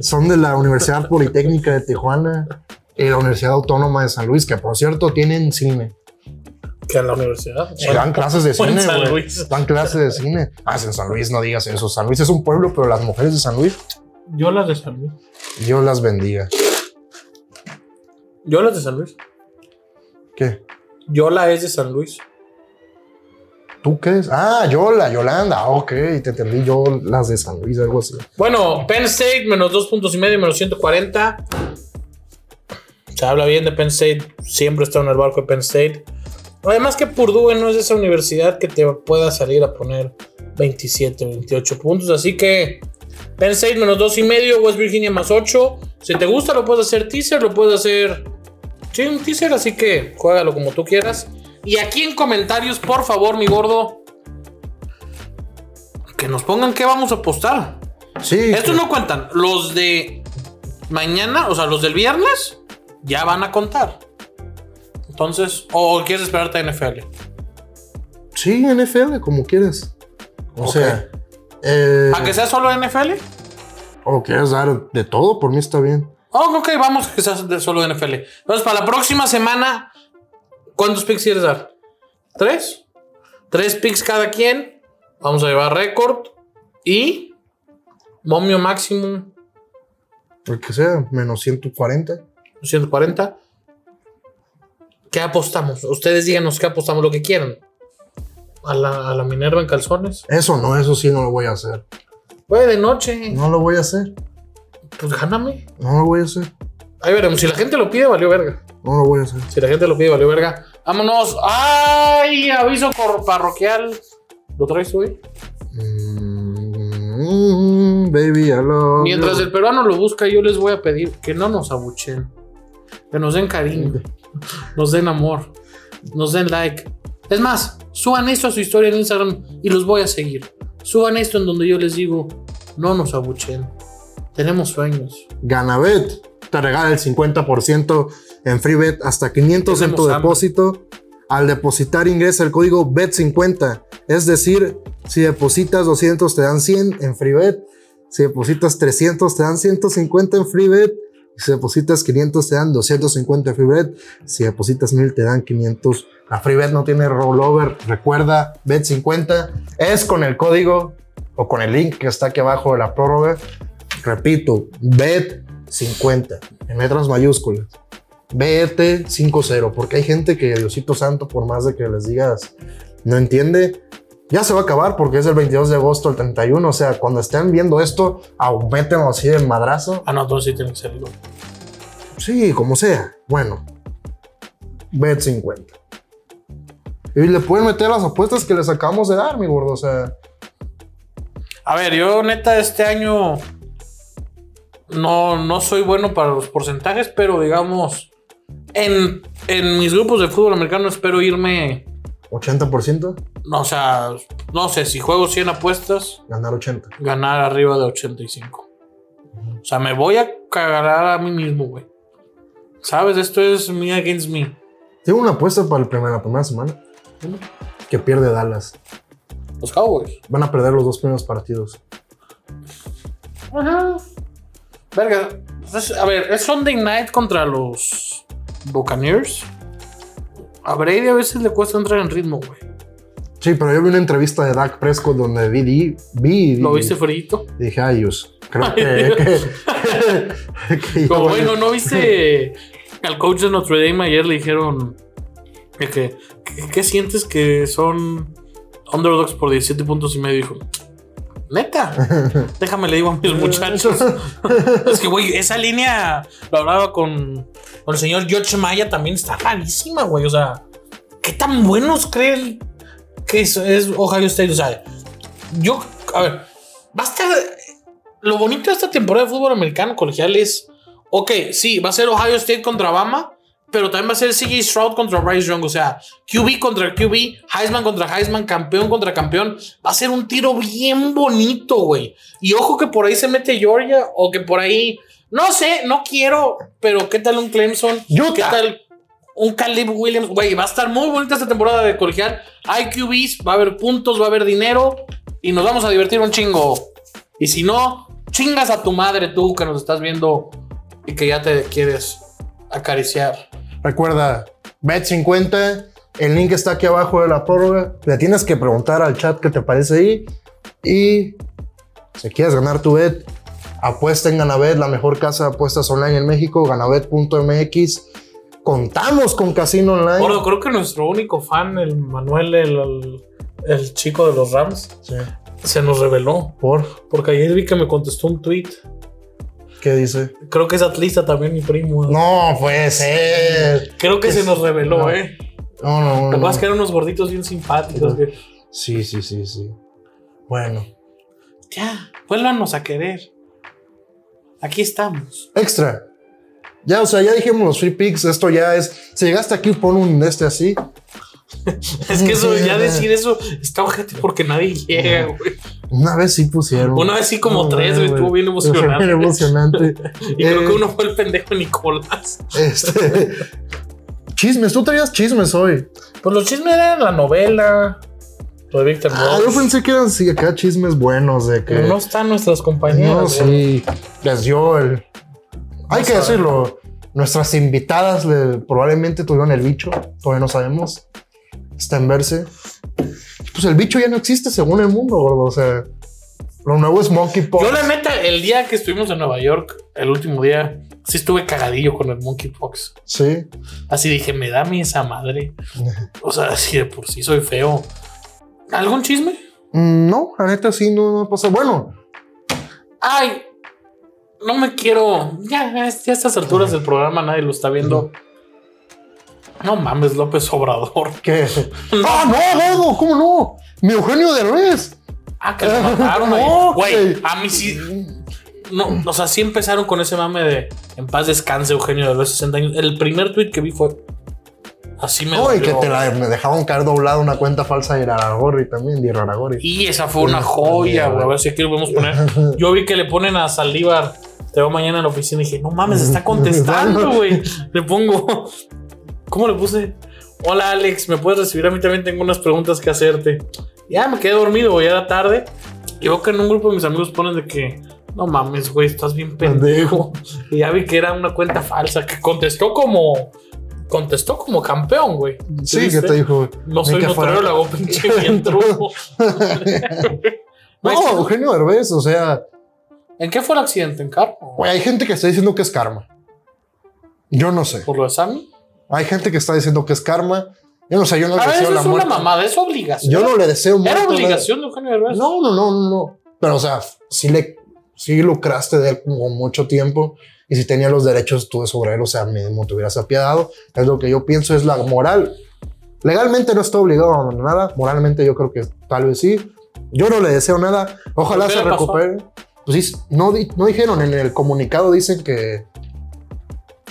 Speaker 1: Son de la Universidad Politécnica de Tijuana y la Universidad Autónoma de San Luis, que por cierto tienen cine.
Speaker 2: Que en la universidad.
Speaker 1: Sí, dan clases de
Speaker 2: o en
Speaker 1: cine,
Speaker 2: San
Speaker 1: güey.
Speaker 2: Luis.
Speaker 1: Dan clases de cine. Ah, es en San Luis no digas eso. San Luis es un pueblo, pero las mujeres de San Luis,
Speaker 2: Yo las de San Luis.
Speaker 1: Dios las bendiga.
Speaker 2: Yo las de San Luis.
Speaker 1: ¿Qué?
Speaker 2: Yo la es de San Luis.
Speaker 1: ¿Tú qué es? Ah, Yola, Yolanda. Ah, Ok, te entendí. Yo las de San Luis, algo así.
Speaker 2: Bueno, Penn State menos dos puntos y medio, menos 140. Se habla bien de Penn State. Siempre está en el barco de Penn State. Además que Purdue no es esa universidad que te pueda salir a poner 27, 28 puntos. Así que Penn State menos dos y medio, West Virginia más 8. Si te gusta lo puedes hacer teaser, lo puedes hacer... Sí, un teaser, así que juégalo como tú quieras. Y aquí en comentarios, por favor, mi gordo, que nos pongan qué vamos a apostar.
Speaker 1: Sí.
Speaker 2: Estos no cuentan. Los de mañana, o sea, los del viernes, ya van a contar. Entonces, o quieres esperarte a NFL.
Speaker 1: Sí, NFL, como quieres. O
Speaker 2: Ok.
Speaker 1: sea, eh,
Speaker 2: ¿A que sea solo NFL?
Speaker 1: o quieres dar de todo, por mí está bien.
Speaker 2: Oh, ok, vamos a que sea de- solo NFL. Entonces, para la próxima semana, ¿cuántos picks quieres dar? ¿Tres? Tres picks cada quien. Vamos a llevar récord. Y. Momio máximo
Speaker 1: El que sea, menos 140.
Speaker 2: 140. ¿Qué apostamos? Ustedes díganos qué apostamos, lo que quieran. A la, a la Minerva en calzones.
Speaker 1: Eso no, eso sí no lo voy a hacer.
Speaker 2: Güey, de noche.
Speaker 1: No lo voy a hacer.
Speaker 2: Pues gáname.
Speaker 1: No lo voy a hacer.
Speaker 2: Ahí veremos. Si la gente lo pide, valió verga.
Speaker 1: No lo voy a hacer.
Speaker 2: Si la gente lo pide, valió verga. Vámonos. ¡Ay! Aviso cor- parroquial. ¿Lo traes hoy?
Speaker 1: Mm, baby, I love
Speaker 2: Mientras
Speaker 1: you.
Speaker 2: el peruano lo busca, yo les voy a pedir que no nos abuchen. Que nos den cariño. Nos den amor. Nos den like. Es más, suban esto a su historia en Instagram y los voy a seguir. Suban esto en donde yo les digo, no nos abuchen. Tenemos sueños.
Speaker 1: Ganabet te regala el 50% en FreeBet hasta 500 en tu
Speaker 2: Tenemos hambre.
Speaker 1: depósito. Al depositar ingresa el código BET50. Es decir, si depositas 200 te dan 100 en FreeBet. Si depositas 300 te dan 150 en FreeBet. Si depositas 500 te dan 250 en FreeBet. Si depositas 1000 te dan 500. La FreeBet no tiene rollover. Recuerda, BET50 es con el código o con el link que está aquí abajo de la prórroga. Repito, BET50 en letras mayúsculas. BET50, porque hay gente que Diosito Santo, por más de que les digas, no entiende. Ya se va a acabar porque es el 22 de agosto, el 31. O sea, cuando estén viendo esto, aumentenlo así de madrazo.
Speaker 2: Ah, no, entonces sí tiene que ser algo.
Speaker 1: Sí, como sea. Bueno, BET50. Y le pueden meter las apuestas que les acabamos de dar, mi gordo. O sea,
Speaker 2: A ver, yo neta este año no, no soy bueno para los porcentajes, pero digamos, en, en mis grupos de fútbol americano espero irme,
Speaker 1: 80%,
Speaker 2: no, o sea, no sé, si juego 100 apuestas,
Speaker 1: ganar 80.
Speaker 2: ganar arriba de 85. O sea, me voy a cagar a mí mismo, güey. ¿Sabes? Esto es me against me.
Speaker 1: Tengo una apuesta para el primer- la primera semana. Que pierde Dallas.
Speaker 2: Los Cowboys.
Speaker 1: Van a perder los dos primeros partidos.
Speaker 2: Ajá. Verga. Entonces, a ver, es Sunday Night contra los Buccaneers. A Brady a veces le cuesta entrar en ritmo, güey.
Speaker 1: Sí, pero yo vi una entrevista de Dak Prescott donde vi, di- vi,
Speaker 2: ¿Lo
Speaker 1: vi-
Speaker 2: viste frito?
Speaker 1: Dije, ay, Dios, creo que... que- que ya
Speaker 2: Como,
Speaker 1: vale".
Speaker 2: bueno, ¿no viste al coach de Notre Dame ayer? Le dijeron que, que- que- ¿qué sientes que son underdogs por 17 puntos y medio. Dijo, neta, déjame le digo a mis muchachos. es que, güey, esa línea lo hablaba con, con el señor George Maya también está rarísima, güey. O sea, ¿qué tan buenos creen que es, es Ohio State? O sea, yo, a ver, va a estar lo bonito de esta temporada de fútbol americano colegial es, ok, sí, va a ser Ohio State contra Bama, pero también va a ser CJ Stroud contra Bryce Young, o sea, QB contra QB, Heisman contra Heisman, campeón contra campeón, va a ser un tiro bien bonito, güey. Y ojo que por ahí se mete Georgia o que por ahí, no sé, no quiero, pero ¿qué tal un Clemson?
Speaker 1: Utah.
Speaker 2: ¿Qué tal un Caleb Williams? Güey, va a estar muy bonita esta temporada de colegial. Hay QBs, va a haber puntos, va a haber dinero y nos vamos a divertir un chingo. Y si no, chingas a tu madre tú que nos estás viendo y que ya te quieres acariciar.
Speaker 1: Recuerda, bet 50, el link está aquí abajo de la prórroga. Le tienes que preguntar al chat qué te parece ahí. Y si quieres ganar tu bet, apuesta en Ganabet, la mejor casa de apuestas online en México, ganabet.mx. Contamos con casino online.
Speaker 2: Bueno, creo que nuestro único fan, el Manuel, el, el- el chico de los Rams,
Speaker 1: Sí.
Speaker 2: se nos reveló.
Speaker 1: ¿Por
Speaker 2: Porque ayer vi que me contestó un tweet.
Speaker 1: qué dice?
Speaker 2: Creo que es atlista también, mi primo.
Speaker 1: No puede ser.
Speaker 2: Creo que se nos reveló,
Speaker 1: No.
Speaker 2: ¿eh?
Speaker 1: No, no, no.
Speaker 2: Lo que pasa
Speaker 1: no.
Speaker 2: es que eran unos gorditos bien simpáticos.
Speaker 1: No.
Speaker 2: que,
Speaker 1: Sí, sí, sí, sí. Bueno,
Speaker 2: ya, vuélvanos a querer. Aquí estamos.
Speaker 1: extra. Ya, o sea, ya dijimos los free picks. Esto ya es. Si llegaste aquí, pon un este así.
Speaker 2: Es que eso, ya decir eso está ojete porque nadie llega, güey.
Speaker 1: Una vez sí pusieron.
Speaker 2: Una vez sí como tres, güey, estuvo bien emocionante.
Speaker 1: Bien emocionante.
Speaker 2: Y creo que
Speaker 1: Eh,
Speaker 2: uno fue el pendejo Nicolás.
Speaker 1: Este, chismes, tú traías chismes hoy.
Speaker 2: Pues los chismes eran la novela, lo de Víctor
Speaker 1: Ah, yo pensé que eran sí, acá chismes buenos de que.
Speaker 2: Pero no están nuestras compañeras.
Speaker 1: no,
Speaker 2: güey.
Speaker 1: sí. Les dio el. Hay
Speaker 2: No
Speaker 1: que
Speaker 2: sabe.
Speaker 1: decirlo. Nuestras invitadas le- probablemente tuvieron el bicho. Todavía no sabemos. Está en verse. Pues el bicho ya no existe según el mundo, gordo. O sea, lo nuevo es monkeypox.
Speaker 2: Yo la neta, el día que estuvimos en Nueva York, el último día, sí estuve cagadillo con el monkeypox.
Speaker 1: Sí.
Speaker 2: Así dije, me da mi esa madre. O sea, así de por sí soy feo. ¿Algún chisme?
Speaker 1: Mm, No, la neta sí, no, no pasa. Bueno,
Speaker 2: Ay, no me quiero. Ya, ya a estas alturas del programa nadie lo está viendo. No mames, López Obrador.
Speaker 1: ¿qué? ¡Ah, no, gordo! ¿Cómo no? ¡Mi Eugenio Derbez!
Speaker 2: Ah, que lo mataron,
Speaker 1: No,
Speaker 2: güey. Güey,
Speaker 1: güey.
Speaker 2: a mí sí. No, o sea, sí empezaron con ese mame de en paz descanse Eugenio de los 60 años. El primer tweet que vi fue así me
Speaker 1: No, y que
Speaker 2: dolió.
Speaker 1: te la, me dejaron caer doblada una cuenta falsa de Iraragorri también, de Iraragorri.
Speaker 2: Y esa fue una
Speaker 1: Sí,
Speaker 2: joya,
Speaker 1: también,
Speaker 2: güey. A ver si aquí lo podemos poner. Yo vi que le ponen a Saldívar. Te veo mañana en la oficina y dije, no mames, está contestando, güey. Le pongo. ¿Cómo le puse? Hola, Alex, ¿me puedes recibir? A mí también tengo unas preguntas que hacerte. Ya me quedé dormido, güey, ya era tarde. Y veo que en un grupo de mis amigos ponen de que, no mames, güey, estás bien pendejo. Y ya vi que era una cuenta falsa que contestó como. Contestó como campeón, güey.
Speaker 1: Sí, que
Speaker 2: ¿Viste?
Speaker 1: te dijo.
Speaker 2: No
Speaker 1: ni
Speaker 2: soy
Speaker 1: que fuera-
Speaker 2: notario, le hago pinche bien truco.
Speaker 1: No, Eugenio Derbez, o sea,
Speaker 2: ¿En qué fue el accidente? ¿En carro?
Speaker 1: güey, hay gente que está diciendo que es karma. Yo no sé.
Speaker 2: ¿Por lo de Sammy?
Speaker 1: Hay gente que está diciendo que es karma. Yo no sé, yo no
Speaker 2: A
Speaker 1: le
Speaker 2: ver,
Speaker 1: deseo
Speaker 2: eso
Speaker 1: la
Speaker 2: Ah, es una
Speaker 1: muerte.
Speaker 2: mamada, es obligación.
Speaker 1: Yo no le deseo muerte.
Speaker 2: Era
Speaker 1: a nadie.
Speaker 2: obligación de Eugenio Derbez.
Speaker 1: No, no, no, no, no. Pero, o sea, sí, le, sí lucraste de él como mucho tiempo. Y si tenía los derechos tú sobre él, o sea, mínimo te hubieras apiadado. Es lo que yo pienso, es la moral. Legalmente no está obligado a nada. Moralmente yo creo que tal vez sí. Yo no le deseo nada. Ojalá
Speaker 2: ¿Qué
Speaker 1: se
Speaker 2: le pasó?
Speaker 1: recupere. Pues sí, no, di- no dijeron en el comunicado, dicen que,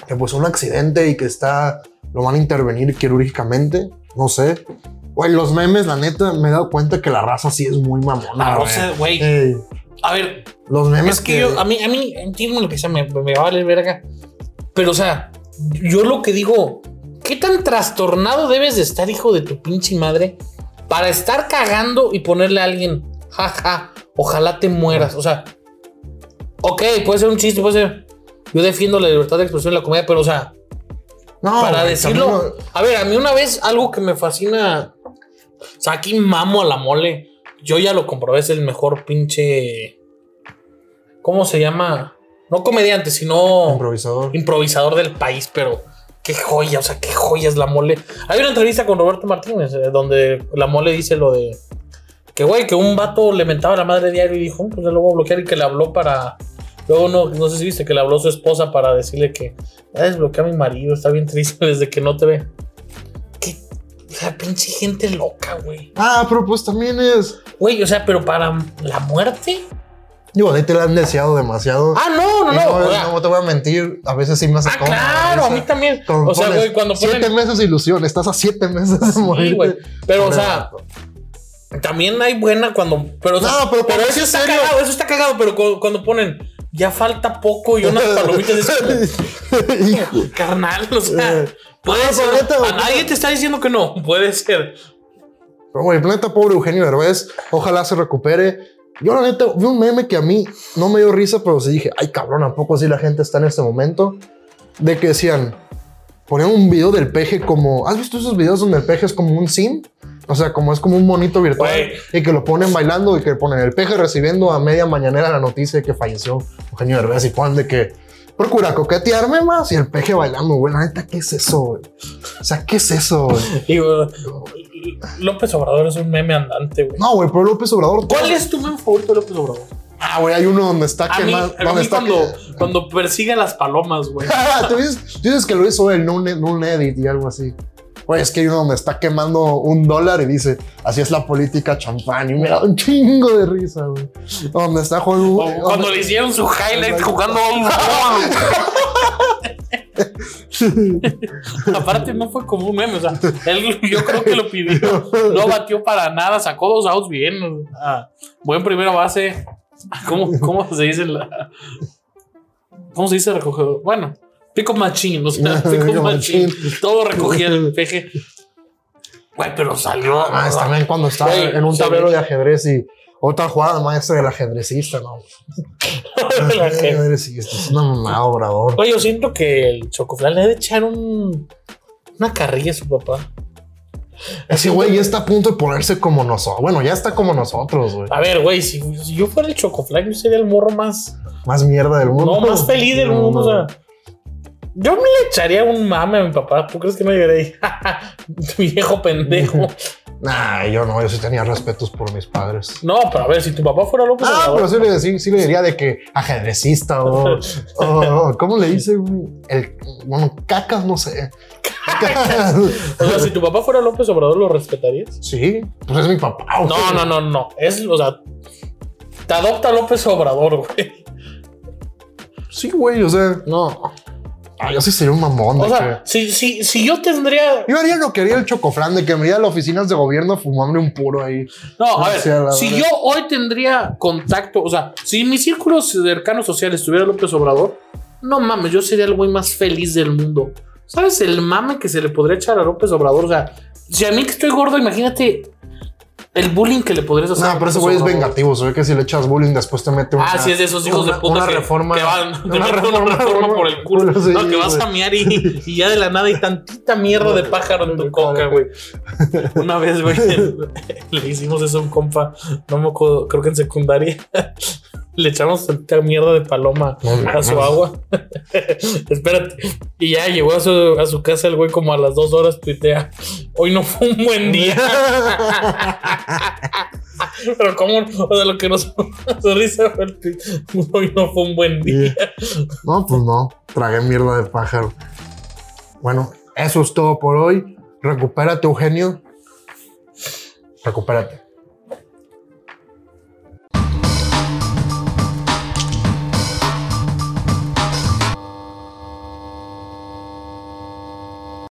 Speaker 1: que pues un accidente y que está, lo van a intervenir quirúrgicamente. No sé. Güey, los memes, la neta, me he dado cuenta que la raza sí es muy mamona.
Speaker 2: La
Speaker 1: güey.
Speaker 2: Rosa, güey.
Speaker 1: Ey,
Speaker 2: A ver,
Speaker 1: los memes
Speaker 2: es que yo, a mí, a mí, entiendo lo que sea, me, me vale verga. Pero, o sea, yo lo que digo, ¿qué tan trastornado debes de estar, hijo de tu pinche madre, para estar cagando y ponerle a alguien, jaja, ojalá te mueras? O sea, ok, puede ser un chiste, puede ser. Yo defiendo la libertad de expresión en la comedia, pero, o sea,
Speaker 1: No,
Speaker 2: para
Speaker 1: güey,
Speaker 2: decirlo.
Speaker 1: también
Speaker 2: A ver, a mí una vez algo que me fascina. O sea, aquí mamo a la mole. Yo ya lo comprobé, es el mejor pinche. ¿Cómo se llama? No comediante,
Speaker 1: no,
Speaker 2: sino
Speaker 1: improvisador.
Speaker 2: improvisador del país, pero qué joya, o sea, qué joya es la mole. Hay una entrevista con Roberto Martínez eh, donde la mole dice lo de que, güey, que un vato le mentaba a la madre diario y dijo, "Mm, pues yo lo voy a bloquear y que le habló para. Luego no, no sé si viste que le habló su esposa para decirle que ya desbloquea a mi marido, está bien triste desde que no te ve. Qué. O sea, pinche gente loca, güey.
Speaker 1: Ah, pero pues también es.
Speaker 2: Güey, o sea, pero para la muerte.
Speaker 1: Digo, a ti te la han deseado demasiado.
Speaker 2: Ah, no, no,
Speaker 1: Y
Speaker 2: no.
Speaker 1: no,
Speaker 2: o sea,
Speaker 1: no te voy a mentir, a veces sí me hace
Speaker 2: Ah,
Speaker 1: como la
Speaker 2: claro, a
Speaker 1: cabeza.
Speaker 2: mí también.
Speaker 1: Como
Speaker 2: O sea,
Speaker 1: pones
Speaker 2: güey, cuando
Speaker 1: Siete
Speaker 2: ponen-
Speaker 1: meses de ilusión, estás a siete meses de
Speaker 2: sí,
Speaker 1: morir.
Speaker 2: güey. Pero, o sea, también hay buena cuando. Pero,
Speaker 1: No, pero cuando
Speaker 2: eso
Speaker 1: es
Speaker 2: está
Speaker 1: en serio.
Speaker 2: cagado, eso está cagado. Pero cu- cuando ponen ya falta poco y unas palomitas es como,
Speaker 1: Hijo.
Speaker 2: carnal, o sea,
Speaker 1: Eh.
Speaker 2: puede
Speaker 1: No,
Speaker 2: ser.
Speaker 1: pero neta,
Speaker 2: a
Speaker 1: güey.
Speaker 2: nadie te está diciendo que no, puede ser.
Speaker 1: Pero, güey, neta, pobre Eugenio Derbez, ojalá se recupere. Yo, la neta, vi un meme que a mí no me dio risa, pero sí dije, ay, cabrón, ¿a poco así la gente está en este momento? De que decían, ponían un video del peje como, ¿has visto esos videos donde el peje es como un sim? O sea, como es como un monito virtual
Speaker 2: Güey.
Speaker 1: y que lo ponen bailando y que ponen el peje recibiendo a media mañanera la noticia de que falleció Eugenio Derbez y Juan de que procura coquetearme más y el peje bailando, güey. La neta, ¿qué es eso, güey? O sea, ¿qué es eso, güey?
Speaker 2: Y, güey, López Obrador es un meme andante, güey.
Speaker 1: No, güey, pero López Obrador.
Speaker 2: ¿Cuál es tu meme favorito de López Obrador?
Speaker 1: Ah, güey, hay uno donde está
Speaker 2: A mí,
Speaker 1: quemado.
Speaker 2: a
Speaker 1: donde
Speaker 2: mí
Speaker 1: está
Speaker 2: cuando, cuando persigue a las palomas, güey.
Speaker 1: que- ¿Tú, dices, tú dices que lo hizo él, no un, no un edit y algo así. Güey, es que hay uno donde está quemando un dólar y dice, así es la política champán. Y me da un chingo de risa, güey. Donde está jugando.
Speaker 2: O Cuando le hicieron su highlight jugando a un fútbol, güey. Aparte no fue como un meme, o sea, él yo creo que lo pidió, no batió para nada, sacó dos outs bien, o sea, buen primera base, ¿cómo, cómo se dice la... ¿Cómo se dice recogedor? Bueno, pico machín, o sea, pico
Speaker 1: Pick-up
Speaker 2: machín,
Speaker 1: machine.
Speaker 2: todo recogía el peje. Güey, pero salió...
Speaker 1: Ah, es también cuando está
Speaker 2: Güey,
Speaker 1: en un
Speaker 2: se
Speaker 1: tablero
Speaker 2: ve.
Speaker 1: de ajedrez y otra jugada maestra del ajedrecista, ¿no?
Speaker 2: la gente.
Speaker 1: Ajedrecista, es una mamada, obrador.
Speaker 2: Oye, yo siento que el Chocoflan le ha de echar un, una carrilla a su papá.
Speaker 1: Ese güey ya está a punto de ponerse como nosotros. Bueno, ya está como nosotros, güey.
Speaker 2: A ver, güey, si, si yo fuera el Chocoflan, yo sería el morro más,
Speaker 1: Más mierda del mundo.
Speaker 2: no, más feliz del
Speaker 1: No,
Speaker 2: mundo. O
Speaker 1: no.
Speaker 2: sea, yo me le echaría un mame a mi papá. ¿Tú crees que no llegaré ahí? viejo pendejo.
Speaker 1: Nah, yo no, yo sí tenía respetos por mis padres.
Speaker 2: No, pero a ver, si tu papá fuera López
Speaker 1: Ah, pero
Speaker 2: Obrador,
Speaker 1: sí le, sí- sí le diría de que ajedrecista o, o- ¿Cómo le dice? güey? El, bueno, cacas, no sé. Cacas. pues.
Speaker 2: o sea, si tu papá fuera López Obrador, ¿lo respetarías?
Speaker 1: Sí, pues es mi papá. güey.
Speaker 2: No, no, no, no. Es, o sea, te adopta López Obrador, güey.
Speaker 1: Sí, güey, o sea, no. Ah, yo sí sería un mamón.
Speaker 2: O
Speaker 1: de
Speaker 2: sea, si, si, si yo tendría
Speaker 1: que- yo haría lo que haría el chocofrán de que me iría a las oficinas de gobierno a fumarme un puro ahí.
Speaker 2: No, a
Speaker 1: No
Speaker 2: ver,
Speaker 1: sea la
Speaker 2: si
Speaker 1: verdad.
Speaker 2: yo hoy tendría contacto, o sea, si en mi círculo cercano social estuviera López Obrador, no mames, yo sería el güey más feliz del mundo. ¿Sabes el mame que se le podría echar a López Obrador? O sea, si a mí que estoy gordo, imagínate el bullying que le podrías hacer.
Speaker 1: No,
Speaker 2: a
Speaker 1: pero ese
Speaker 2: López
Speaker 1: güey es
Speaker 2: Obrador.
Speaker 1: vengativo. Se ve que si le echas bullying después te mete una.
Speaker 2: Ah, sí, es de esos hijos
Speaker 1: una-
Speaker 2: de puta
Speaker 1: Una
Speaker 2: que,
Speaker 1: reforma.
Speaker 2: que van, te
Speaker 1: una
Speaker 2: meten
Speaker 1: reforma,
Speaker 2: una reforma por el culo.
Speaker 1: sí,
Speaker 2: no, que vas
Speaker 1: güey.
Speaker 2: a miar y, y ya de la nada hay tantita mierda de pájaro en tu coca, güey. Una vez, güey, le hicimos eso a un compa, no me acuerdo, creo que en secundaria. Le echamos tanta mierda de paloma
Speaker 1: No
Speaker 2: a
Speaker 1: mames.
Speaker 2: su agua. Espérate. Y ya llegó a su, a su casa el güey como a las dos horas tuitea. Hoy no fue un buen día. Pero como, o sea, lo que nos su risa fue el tuit. Hoy no fue un buen día.
Speaker 1: No, pues no. Tragué mierda de pájaro. Bueno, eso es todo por hoy. Recupérate, Eugenio. Recupérate.